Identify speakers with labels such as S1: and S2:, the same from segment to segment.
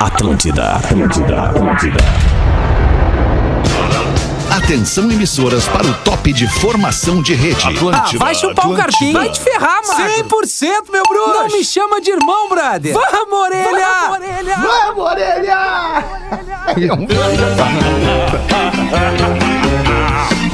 S1: Atlântida, Atlântida, Atlântida.
S2: Atenção emissoras para o top de formação de rede.
S3: Ah, vai chupar o carpinho. Vai te ferrar, mano. 100%, meu bruxo. Não me chama de irmão, brother. Vamos, orelha. Vamos, orelha.
S4: Vamos, orelha!
S3: um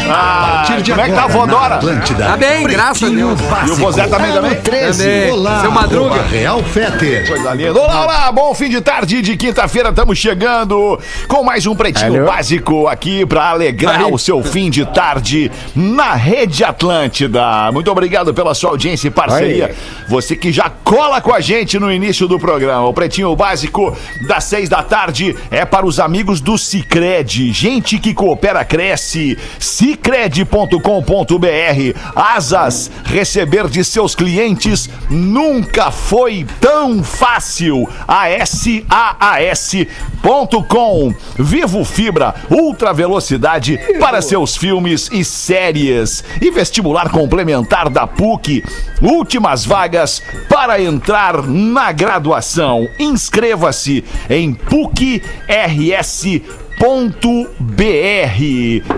S2: A partir de
S4: como é que
S2: agora,
S4: tá a Fodora?
S2: na Atlântida.
S3: Tá bem, graças a
S2: Pretinho
S3: Deus.
S2: Básico,
S4: E o Vozé é também,
S2: ano
S4: também?
S2: 13.
S3: Também.
S2: Olá,
S3: Seu Madruga.
S2: arroba Real Feter.
S4: Coisa linda. Olá, olá, bom fim de tarde de quinta-feira, estamos chegando com mais um Pretinho
S5: Alô?
S4: Básico aqui para alegrar
S3: Aí.
S4: o seu fim de tarde na Rede Atlântida. Muito obrigado pela sua audiência e parceria.
S5: Aí.
S4: Você que já cola com a gente no início do programa. O Pretinho Básico das seis da tarde é para os amigos do Cicred. Gente que coopera, cresce. Cicred.com.br Asas, receber de seus clientes nunca foi tão fácil. ASAAS.com Vivo Fibra, ultra velocidade para seus filmes e séries. E vestibular complementar da PUC. Últimas vagas para entrar na graduação. Inscreva-se em PUCRS.br.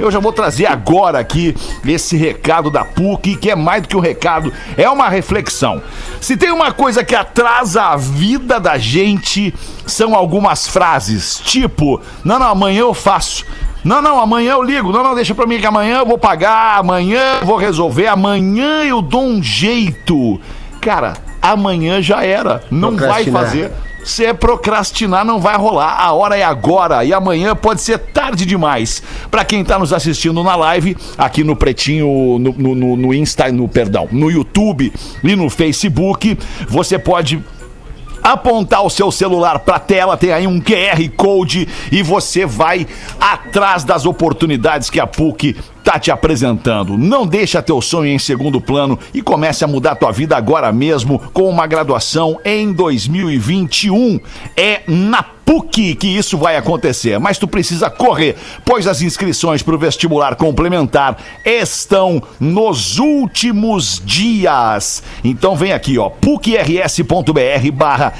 S4: Eu já vou trazer agora aqui esse recado da PUC, que é mais do que um recado, é uma reflexão. Se tem uma coisa que atrasa a vida da gente, são algumas frases, tipo: não, não, amanhã eu faço. Não, não, amanhã eu ligo. Não, não, deixa pra mim que amanhã eu vou pagar, amanhã eu vou resolver, amanhã eu dou um jeito. Cara, amanhã já era. Não vai
S5: Procrastinar.
S4: fazer. Se é procrastinar, não vai rolar. A hora é agora e amanhã pode ser tarde demais. Pra quem tá nos assistindo na live, aqui no Pretinho, no, no, no, no Insta, no, perdão, no YouTube e no Facebook, você pode apontar o seu celular para a tela, tem aí um QR Code e você vai atrás das oportunidades que a PUC tá te apresentando. Não deixa teu sonho em segundo plano e comece a mudar tua vida agora mesmo com uma graduação em 2021. É na PUC que isso vai acontecer, mas tu precisa correr, pois as inscrições para o vestibular complementar estão nos últimos dias. Então vem aqui, ó, pucrs.br barra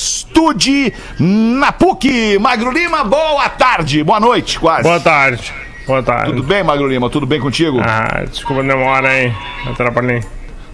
S4: estude na PUC. Magro Lima, boa tarde, boa noite quase.
S6: Boa tarde. Boa tarde.
S4: Tudo bem, Magro Lima, tudo bem contigo?
S6: Ah, desculpa a demora, hein? Atrapalhei.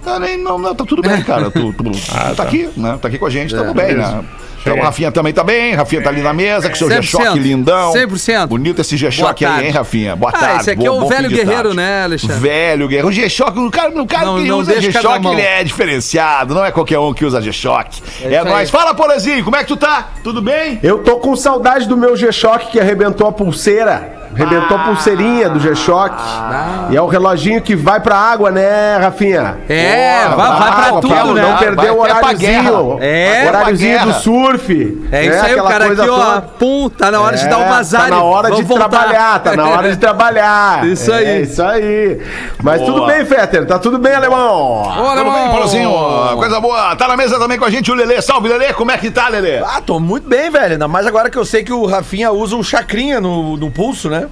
S4: Não, nem- não, não, tá tudo bem, cara. Tu, tu-
S3: Ah,
S4: tá,
S6: tá.
S4: aqui, né? Tá aqui com a gente,
S3: É,
S4: tamo bem, né? Então, o
S6: Cheguei.
S4: Rafinha também tá bem, Rafinha tá ali na mesa, com seu
S3: 100%,
S4: G-Shock lindão.
S3: 100%.
S4: Bonito esse G-Shock
S3: Boa
S4: aí, hein,
S3: tarde.
S4: Rafinha? Boa
S3: Ah,
S4: tarde.
S3: esse aqui
S4: boa-
S3: é o
S4: bom fim
S3: velho
S4: de
S3: guerreiro,
S4: tarde.
S3: né, Alexandre?
S4: Velho guerreiro. O G-Shock, o cara, o cara
S3: Não-
S4: que
S3: não
S4: usa
S3: deixa o cara na
S4: G-Shock,
S3: mão.
S4: ele é diferenciado, não é qualquer um que usa G-Shock. É,
S3: isso
S4: nóis. Fala, Porazinho, como é que tu tá? Tudo bem?
S5: Eu tô com saudade do meu G-Shock que arrebentou a pulseira. Arrebentou
S3: Ah.
S5: a pulseirinha do G-Shock. E é o reloginho que vai pra água, né, Rafinha?
S3: É, vai, vai pra
S5: água,
S3: tudo,
S5: pra
S3: né?
S5: Não
S4: Vai
S5: perder o
S4: até pra
S5: horáriozinho.
S4: guerra.
S3: É.
S4: Vai
S5: Horáriozinho
S4: pra
S5: do
S4: guerra.
S5: surf.
S3: É
S5: né?
S3: isso aí, o
S5: Aquela
S3: cara aqui,
S5: coisa
S3: ó.
S5: toda.
S3: Pum, tá na hora de dar
S5: É,
S3: uma azar.
S5: Tá na hora de trabalhar, tá na hora de trabalhar.
S3: Isso aí.
S5: É isso aí. Mas
S4: Boa.
S5: tudo bem, Fetter. Tá tudo bem, alemão?
S3: Bora,
S4: Tudo bem, Porazinho?
S3: mano.
S4: Coisa boa. Tá na mesa também com a gente o Lelê. Salve, Lelê. Como é que tá, Lelê?
S7: Ah, tô muito bem, velho. Ainda mais agora que eu sei que o Rafinha usa um chacrinha no, no pulso, né?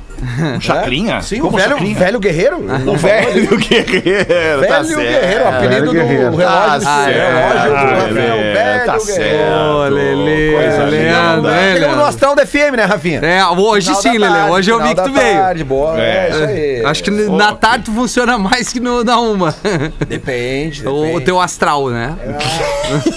S4: Um chacrinha?
S7: Sim,
S4: Como
S7: o velho,
S4: chacrinha?
S7: velho guerreiro.
S3: Ah,
S4: O velho guerreiro, tá
S7: velho
S4: certo.
S7: guerreiro, o apelido
S5: Velho
S7: do
S5: guerreiro.
S7: relógio.
S4: Tá
S7: do relógio
S4: certo,
S7: do Rafinha, é o
S4: Lelê,
S7: velho
S4: tá
S7: guerreiro.
S3: Ô, Lelê,
S4: Coisa
S3: Leandro,
S4: linda.
S3: hein,
S7: Chegou no
S3: Leandro?
S7: astral da FM, né, Rafinha?
S3: É, hoje
S7: Final
S3: sim,
S7: da
S3: Lelê.
S7: tarde,
S3: Hoje eu vi
S7: final
S3: que tu
S7: da
S3: veio.
S7: tarde, boa,
S4: É.
S7: é. isso aí.
S3: Acho que na tarde tu funciona mais que no, na uma.
S7: Depende,
S3: O, o
S7: depende.
S3: teu astral, né?
S7: É,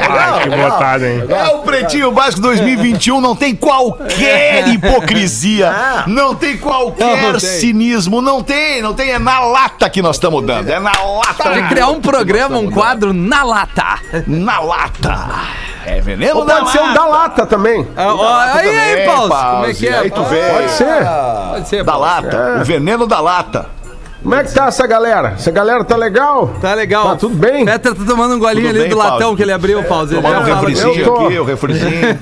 S6: Ai, Ah, que boa tarde, hein?
S4: É o Pretinho Básico 2021, não tem qualquer hipocrisia, não tem qualquer
S3: Não tem.
S4: cinismo, não tem, não tem, é na lata que nós estamos dando, é na
S3: De
S4: lata,
S3: criar um programa, um quadro na lata.
S4: na lata. É veneno
S5: Ou pode ser o da lata também.
S3: Ah, ó, um aí, aí, Paulo, como é que é?
S4: Aí tu
S3: Pause?
S4: vê,
S5: Pode ser.
S3: Pode ser,
S4: da
S3: Paulo.
S4: lata, o veneno da lata.
S5: Como é que tá essa galera? Essa galera tá legal?
S3: Tá legal.
S5: Tá tudo bem?
S3: Petra tá tomando um
S4: Tudo
S3: golinho ali
S4: bem,
S3: do
S4: Paulo?
S3: latão que ele abriu, Paulo. Ele
S4: Tomando um
S3: já fala-
S5: refrizinho.
S4: refrizinho
S5: eu tô-
S4: aqui, o refrizinho.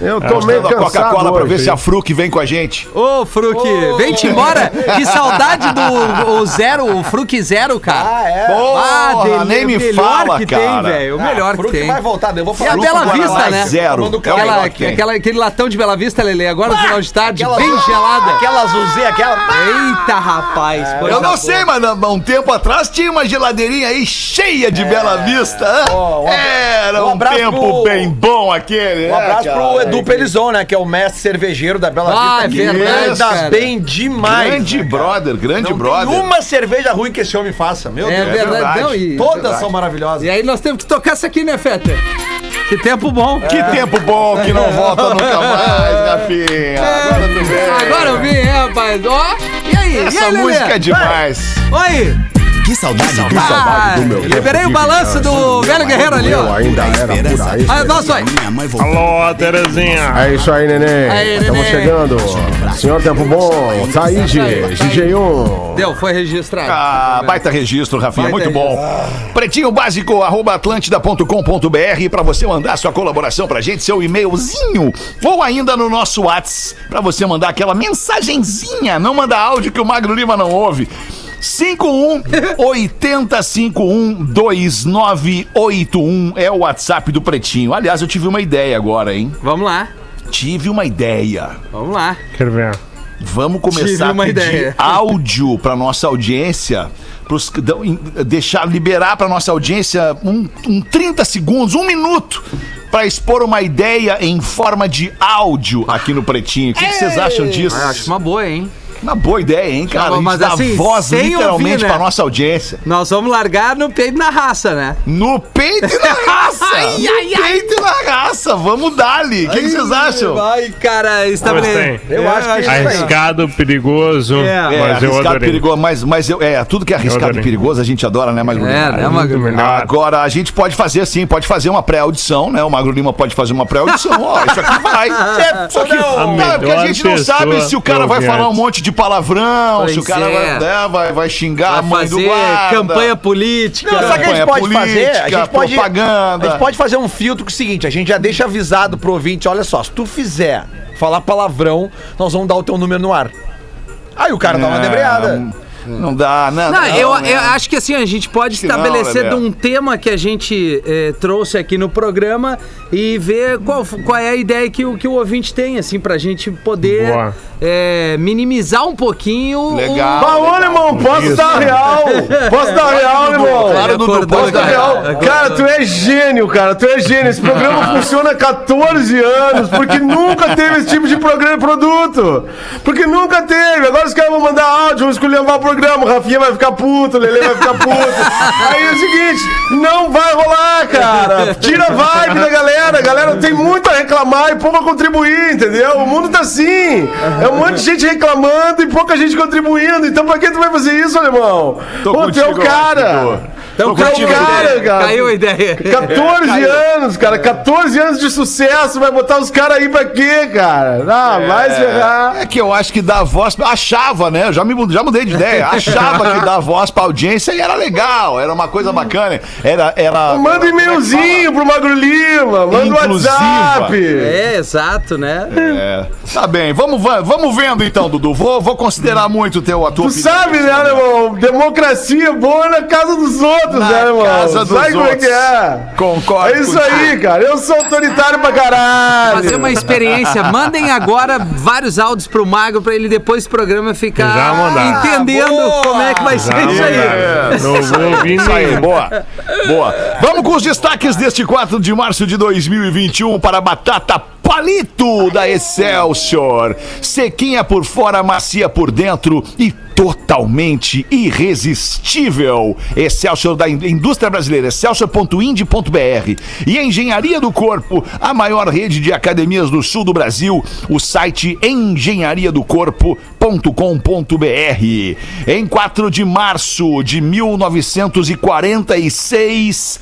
S5: Eu tô
S3: É,
S5: meio
S3: tá
S4: Dando a
S5: cansado.
S4: Coca-Cola pra ver
S5: hoje,
S4: se a
S5: hein?
S4: Fruc vem com a gente.
S3: Ô, Fruque, vem-te embora. Que saudade do o zero, o Fruque zero, cara.
S7: Ah, é.
S4: Porra,
S3: Deli-
S4: nem
S3: o
S4: me
S3: melhor
S4: fala,
S3: que
S4: cara.
S3: tem, velho. O melhor
S7: Ah,
S3: que
S7: Fruc
S3: tem.
S7: vai voltar, eu vou
S3: E
S7: falar.
S3: a
S4: Fruc
S3: Bela
S4: Guaraná
S3: Vista, né?
S4: zero. É
S3: Tomando
S4: o
S3: Aquela,
S4: melhor que tem.
S3: aquela- aquele latão de Bela Vista, Lele, agora no final de tarde,
S7: aquela- É,
S3: bem gelada.
S7: Aquelas usei, aquela... Um
S3: Eita, rapaz. coisa
S4: Eu não
S3: boa.
S4: sei, mas há há um tempo atrás tinha uma geladeirinha aí cheia de Bela Vista. hã?
S7: Ó, ó,
S4: é, Era
S7: Um
S4: um,
S7: abraço
S4: tempo
S7: pro-
S4: bem bom aquele.
S7: Um
S3: É,
S7: abraço
S4: né,
S7: pro
S4: cara?
S7: Edu Pelizon, né? Que é o mestre cervejeiro da Bela
S3: Ah,
S7: Vista.
S3: é
S7: que
S4: verdade,
S7: manda
S3: cara.
S7: bem demais.
S4: Grande
S7: né, cara?
S4: brother, grande
S7: Não
S4: brother.
S7: tem uma cerveja ruim que esse homem faça, meu
S3: É
S7: Deus.
S3: verdade. Não, e,
S7: Todas são maravilhosas.
S3: e aí nós temos que tocar essa aqui, né, É. Feta? Que tempo bom.
S4: Que tempo bom que não volta nunca mais, Rafinha. Agora tu vê.
S3: Agora eu vim, é, rapaz. Ó, e aí? e
S4: Essa
S3: aí, Lelê?
S4: música é demais.
S3: Oi!
S2: Que saudade, que
S3: Ah, liberei o balanço do velho guerreiro ali,
S5: Eu
S3: ó.
S5: ainda era por aí.
S3: Ah, dá só aí.
S2: Minha mãe voltou.
S6: Alô, Terezinha.
S5: É isso aí, neném.
S3: Aí,
S5: Estamos
S3: neném.
S5: chegando. Senhor Tempo Bom, tá Said, DJ1.
S3: Deu, foi registrado.
S4: Ah, baita registro, Rafinha,
S3: Baita
S4: muito bom. Pretinho básico, arroba atlântida.com.br para você mandar sua colaboração pra gente, seu e-mailzinho, ou ainda no nosso Whats, pra você mandar aquela mensagenzinha, não manda áudio que o Magro Lima não ouve. 51 8051 2981 é o WhatsApp do Pretinho. Aliás, eu tive uma ideia agora, hein?
S3: Vamos lá,
S4: Tive uma ideia.
S3: vamos lá.
S6: Quero ver.
S4: Vamos começar
S3: Tive uma
S4: a pedir
S3: ideia.
S4: áudio para nossa audiência, pros, que dão- em- deixar liberar para nossa audiência um, um 30 segundos, um minuto para expor uma ideia em forma de áudio aqui no Pretinho. O que que vocês acham disso?
S3: Ah, acho uma boa, hein?
S4: Uma boa ideia, hein, cara?
S3: Não,
S4: A
S3: mas
S4: gente dá
S3: assim,
S4: voz
S3: sem
S4: literalmente
S3: ouvir, né?
S4: para nossa audiência.
S3: Nós vamos largar no peito e na raça, né?
S4: No peito e na raça! no peito e na raça! Vamos dar-lhe! O que que vocês acham?
S3: Vai, cara, estabelecer.
S6: Gostei.
S7: Eu acho que é isso aí.
S6: Arriscado, perigoso,
S3: É.
S4: É,
S6: mas eu
S4: arriscado,
S6: adorei.
S4: perigoso, mas, mas eu, é, tudo que é arriscado e
S6: adorei.
S4: perigoso a gente adora, né, mais
S3: É, né, Magro?
S6: melhor.
S4: Ah, Agora, a gente pode fazer assim, pode fazer uma pré-audição, né? O Magro Lima pode fazer uma pré-audição. Ó, isso aqui vai.
S7: É,
S4: Só que,
S7: não.
S4: Não, porque a
S6: melhor
S4: gente não
S6: pessoa é
S4: sabe se o cara vai
S6: que eu
S4: falar um
S6: vi.
S4: monte de palavrão, se o
S3: Pois
S4: cara
S3: é.
S4: vai, né, vai, vai xingar a
S3: Vai
S4: mãe do
S3: fazer
S4: guarda.
S3: campanha política.
S7: Não, sabe o que a gente
S4: Campanha
S7: pode
S4: política,
S7: fazer? A gente pode,
S4: propaganda.
S7: a gente pode fazer um filtro com o seguinte: a gente já deixa avisado pro ouvinte, olha só, se tu fizer falar palavrão, nós vamos dar o teu número no ar. Aí o cara dá uma debreada.
S4: É, Não dá, não.
S3: Não, eu,
S4: né?
S3: eu acho que assim, a gente pode
S4: que não,
S3: estabelecer
S4: Lelé.
S3: de um tema que a gente eh, trouxe aqui no programa e ver qual, f- qual é a ideia que, o- que o ouvinte tem, assim, pra gente poder
S6: Boa.
S3: eh, minimizar um pouquinho
S4: Legal.
S3: o...
S5: Bah, ô, irmão, posso dar real? Posso dar real, irmão?
S4: Claro, Dudu,
S3: Acordou,
S4: posso
S5: Posso dar
S4: cara.
S5: real? Cara, tu é gênio, cara, tu é gênio. Esse programa funciona há 14 anos, porque nunca teve esse tipo de programa produto. Porque nunca teve. Agora os caras vão mandar áudio, vão escolher levar o programa. O Rafinha vai ficar puto, o Lelê vai ficar puto. Aí é o seguinte, não vai rolar, cara. Tira a vibe da galera. A galera tem muito a reclamar e pouco a contribuir, entendeu? O mundo tá assim. É um monte de gente reclamando e pouca gente contribuindo. Então pra que tu vai fazer isso, alemão?
S4: Tô
S5: Pô, tu é o
S4: contigo,
S5: cara.
S4: Dudu.
S3: Então
S4: Tô
S3: caiu,
S4: contigo,
S3: a
S5: cara,
S3: ideia,
S5: cara.
S3: caiu a ideia.
S5: 14 anos, cara. 14 anos de sucesso. Vai botar os caras aí pra quê, cara? Ah, vai se ferrar.
S4: É que eu acho que dar voz. Achava, né? Eu já, me, mud- já mudei de ideia. Achava que dar voz pra audiência e era legal, era uma coisa bacana. Era. era era-
S5: Manda um
S4: como é que
S5: e-mailzinho pro Magro Lima. Manda um
S4: Inclusiva.
S5: WhatsApp.
S3: É, exato, né?
S4: fala? É. Tá bem, vamos, va- vamos vendo então, Dudu. Vou, vou considerar muito o teu, a tua
S5: Tu sabe, né, irmão? Democracia boa na casa dos outros,
S4: Na
S5: né, irmão?
S4: casa dos
S5: sabe como é
S4: outros.
S5: que é?
S4: Concordo
S5: É isso
S4: contigo.
S5: aí, cara. Eu sou autoritário pra caralho.
S3: Fazer uma experiência. Mandem agora vários áudios pro Magro pra ele depois do programa ficar
S6: Já mandaram.
S3: entendendo
S7: Boa!
S3: como é que vai
S6: Já
S3: ser isso aí.
S6: mandaram. Não vou ouvir
S4: Isso aí,
S6: nenhum.
S4: boa. Boa. Vamos com os destaques deste 4 de março de 2021 para a batata palito da Excelsior. Sequinha por fora, macia por dentro e totalmente irresistível. Excelsior da in- indústria brasileira, excelsior.ind.br. E a Engenharia do Corpo, a maior rede de academias do sul do Brasil, o site engenhariadocorpo.com.br. Em 4 de março de 1946,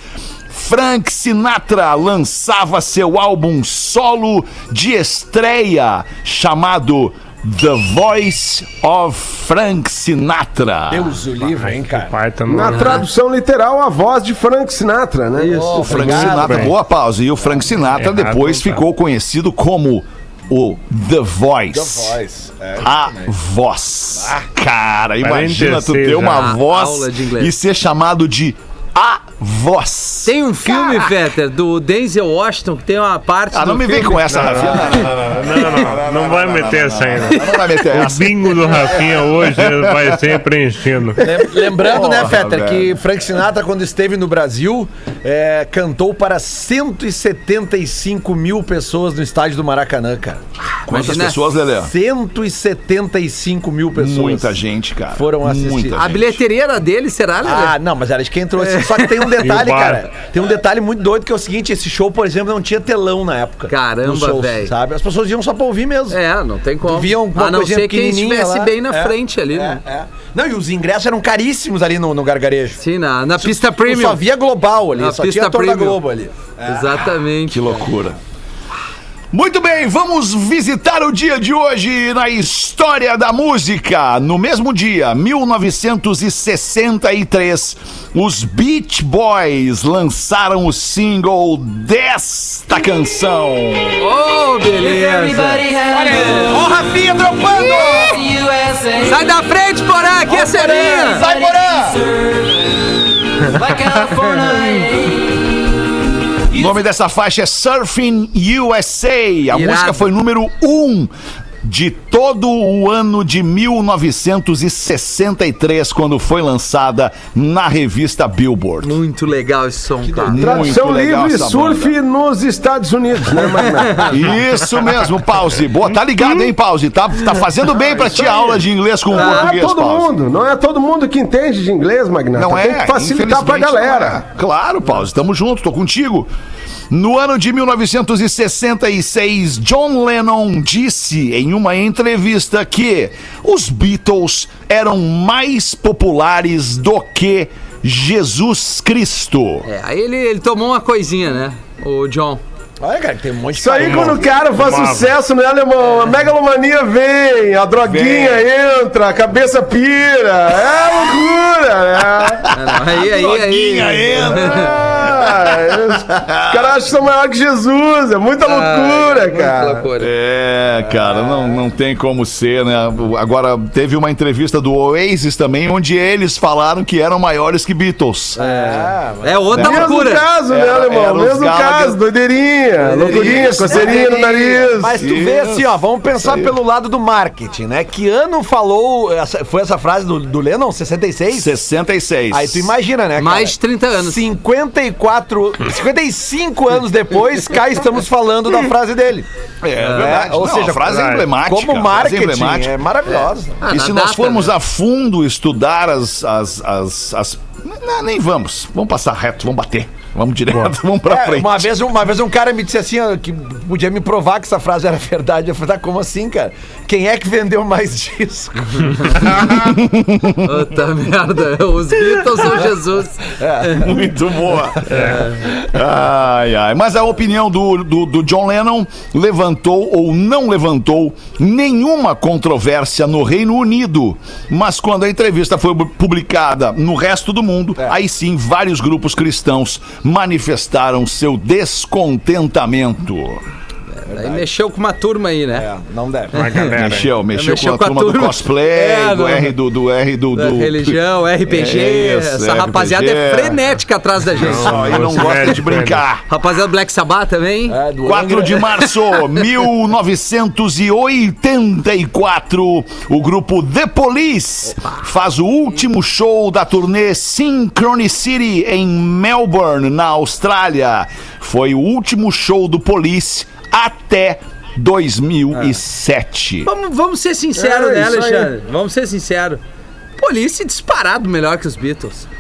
S4: Frank Sinatra lançava seu álbum solo de estreia chamado The Voice of Frank Sinatra.
S7: Deus o livre, hein, cara.
S6: Pai, tá
S5: Na
S6: no...
S5: tradução literal, a voz de Frank Sinatra, né? Isso.
S4: O Frank Sinatra,
S6: bem.
S4: boa pausa. E o Frank Sinatra
S6: Errado
S4: depois
S6: não tá.
S4: ficou conhecido como o The Voice. é, Ah. A voz. Cara, imagina tu ter
S6: Parênteses,
S4: uma
S3: né?
S4: voz
S3: Aula de inglês.
S4: e ser chamado de a voz.
S3: Tem um filme, Fetter, do Denzel Washington, que tem uma parte.
S4: Ah,
S3: do
S4: não me vem
S3: filme-
S4: com essa, Rafinha. Não,
S6: Não, não, não vai meter essa ainda.
S4: não vai meter
S6: O
S4: essa.
S6: bingo do Rafinha hoje vai ser preenchido.
S7: Lem- Lembrando, né,
S4: Porra,
S7: Fetter,
S4: velho.
S7: que Frank Sinatra, quando esteve no Brasil, é, cantou para 175 mil pessoas no estádio do Maracanã, cara.
S4: Quantas
S3: Imagina-
S4: pessoas,
S7: É.
S4: Lelê?
S7: 175 mil pessoas.
S4: Muita gente, cara.
S7: Foram assistir.
S4: Muita
S3: A
S4: gente.
S3: bilheteria era dele, será, Lelê?
S7: Ah, não, mas era de quem entrou assim. Só que tem um detalhe,
S6: E o bar?
S7: cara. Tem um detalhe muito doido que é o seguinte: esse show, por exemplo, não tinha telão na época.
S3: Caramba,
S7: Nos shows,
S3: velho.
S7: Sabe? As pessoas iam só pra ouvir mesmo.
S3: É, não tem como.
S7: Tu via alguma
S3: a não
S7: coisinha
S3: ser quem
S7: pequenininha
S3: estivesse
S7: lá.
S3: bem na
S7: É,
S3: frente ali. né?
S7: É, é. Não, e os ingressos eram caríssimos ali no, no gargarejo.
S3: Sim, na, na pista
S7: Eu
S3: premium.
S7: só É. via Global ali,
S3: A
S7: só tinha
S3: pista
S7: ator da
S3: premium.
S7: Globo ali.
S3: Exatamente.
S4: Que loucura. Muito bem, vamos visitar o dia de hoje na história da música. No mesmo dia, 1963, os Beach Boys lançaram o single desta canção.
S3: Oh, beleza.
S7: Ó, o Rafinha dropando!
S3: Sai da frente, Porã, aqui é Serinha.
S7: Sai, Porã!
S4: O nome dessa faixa é Surfing USA. A música foi número um de todo o ano de 1963, quando foi lançada na revista Billboard.
S3: Muito legal esse som, cara.
S5: Tradução
S4: Muito legal
S5: livre
S4: essa
S5: surf
S4: banda.
S5: nos Estados Unidos, né, Magna?
S4: Isso mesmo, Pause. Boa, tá ligado, hein, Pause? Tá, tá fazendo bem pra ti a aula de inglês com o
S5: Não é
S4: português,
S5: todo
S4: Pause.
S5: mundo, não é todo mundo que entende de inglês, Magnata.
S4: Não é?
S5: Tem que facilitar Tá pra
S4: infelizmente não
S5: galera.
S4: é. Claro, Pause, tamo junto, tô contigo. No ano de 1966, John Lennon disse em uma entrevista que os Beatles eram mais populares do que Jesus Cristo.
S3: É, aí ele, ele tomou uma coisinha, né? O John.
S7: Olha, cara, tem um monte de
S5: Isso aí,
S7: cara.
S5: quando o cara faz
S6: Tomava.
S5: sucesso, né, alemão? A megalomania vem, a droguinha entra, a cabeça pira. É loucura, né?
S3: É, Não, não, aí, aí, aí.
S4: Droguinha entra.
S5: Ah, os caras acham que são maior que Jesus. É muita loucura,
S3: Ai, muito
S5: cara.
S3: loucura.
S4: É, cara, não, não tem como ser, né? Agora, teve uma entrevista do Oasis também, onde eles falaram que eram maiores que Beatles.
S3: É outra
S5: Mesmo
S3: loucura.
S5: caso, né,
S4: Era-
S5: alemão?
S4: era os
S5: Mesmo
S4: Gallagher.
S5: caso, doideirinha, loucurinha, coceirinha no nariz.
S7: É, Mas tu vê assim, ó, vamos pensar pelo lado do marketing, né? Que ano falou, essa- foi essa frase do, do Lennon, 66?
S4: 66.
S7: Aí tu imagina, né, cara?
S3: Mais de 30 anos.
S7: 54, 55 anos depois, cá estamos falando da frase dele.
S4: É, verdade.
S7: ou
S4: Não,
S7: seja,
S4: a frase é
S6: como
S4: emblemática. a
S7: Como
S4: frase
S7: marketing,
S4: emblemática.
S7: é maravilhosa.
S3: Ah,
S4: E
S3: na
S4: se nós
S3: data,
S4: formos
S3: né?
S4: a fundo estudar as. as, as, as- Não, nem vamos. Vamos passar reto, vamos bater. Vamos direto, vamos pra
S7: É,
S4: frente.
S7: uma, vez, uma vez um cara me disse assim, ó, que podia me provar que essa frase era verdade. Eu falei, tá, como assim, cara? Quem é que vendeu mais disco?
S3: Puta merda. é Os Beatles são Jesus.
S4: Muito boa.
S3: É.
S4: Ai, ai. Mas a opinião do, do, do John Lennon levantou ou não levantou nenhuma controvérsia no Reino Unido. Mas quando a entrevista foi publicada no resto do mundo,
S3: É.
S4: aí sim vários grupos cristãos manifestaram seu descontentamento.
S3: Aí mexeu com uma turma aí, né?
S7: É, não deve.
S6: A galera.
S4: Mexeu, mexeu,
S3: mexeu
S4: com a turma do cosplay,
S3: É,
S4: do
S3: não.
S4: R do, do R do,
S3: Da
S4: do-
S3: religião, RPG.
S4: É isso,
S3: essa rapaziada é
S4: RPG.
S3: frenética atrás da gente.
S4: Só aí não
S6: Nossa,
S4: gosta de
S6: médico,
S4: brincar.
S3: Rapaziada do Black Sabbath também.
S7: É, do
S4: 4 de março, 1984, o grupo The Police faz o último show da turnê Synchronicity em Melbourne, na Austrália. Foi o último show do Police até 2007.
S3: Vamos, vamos ser sinceros,
S5: É,
S3: né,
S5: isso aí.
S3: Alexandre? Vamos ser sinceros. Polícia disparado melhor que os Beatles. É.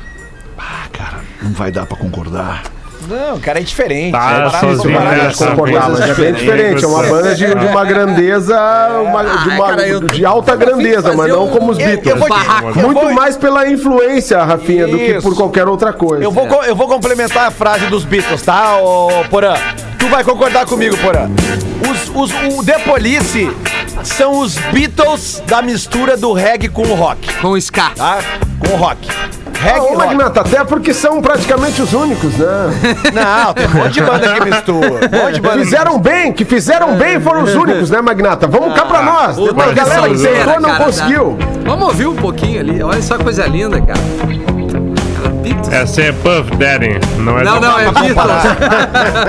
S4: Ah, cara, não vai dar pra concordar.
S7: Não, o cara é diferente.
S6: Tá,
S7: Separado,
S5: Isso,
S6: sozinho,
S7: separado.
S5: Maracanã,
S6: essa
S5: concordar,
S6: vez
S5: mas é bem
S6: diferente,
S5: diferente. É uma
S6: você-
S5: banda de, de uma grandeza, uma- de, uma-
S3: É. cara, eu-
S5: de alta grandeza, mas
S3: fazer
S5: não
S3: um-
S5: como os
S7: Eu- eu
S5: Beatles.
S7: vou te-
S3: Barraco.
S7: eu
S5: Muito
S7: vou-
S5: mais pela influência, Rafinha, do que
S7: Isso.
S5: por qualquer outra coisa.
S7: Eu vou, co- eu vou complementar a frase dos Beatles, tá, ô, ô, Porã? Tu vai concordar comigo, Porã. Os, os, o The Police são os Beatles da mistura do reggae com o rock,
S3: Com o Ska.
S7: tá? Com o rock.
S5: Ah,
S7: Reggae
S5: ô,
S7: e rock.
S5: Magnata, até porque são praticamente os únicos, né?
S7: Não, tem um monte de banda que mistura. Um monte de banda.
S5: Fizeram bem, que fizeram bem foram os únicos, né, Magnata? Vamos cá pra nós.
S3: Ah, Puta
S5: Depois a
S3: que
S5: galera que
S3: sonzeira,
S5: tentou não
S3: cara,
S5: conseguiu.
S3: tá? Vamos ouvir um pouquinho ali. Olha só que coisa linda, cara. Cara, Beatles.
S6: Essa é Puff Daddy, não é
S3: Não,
S6: do-
S3: não, é Beatles.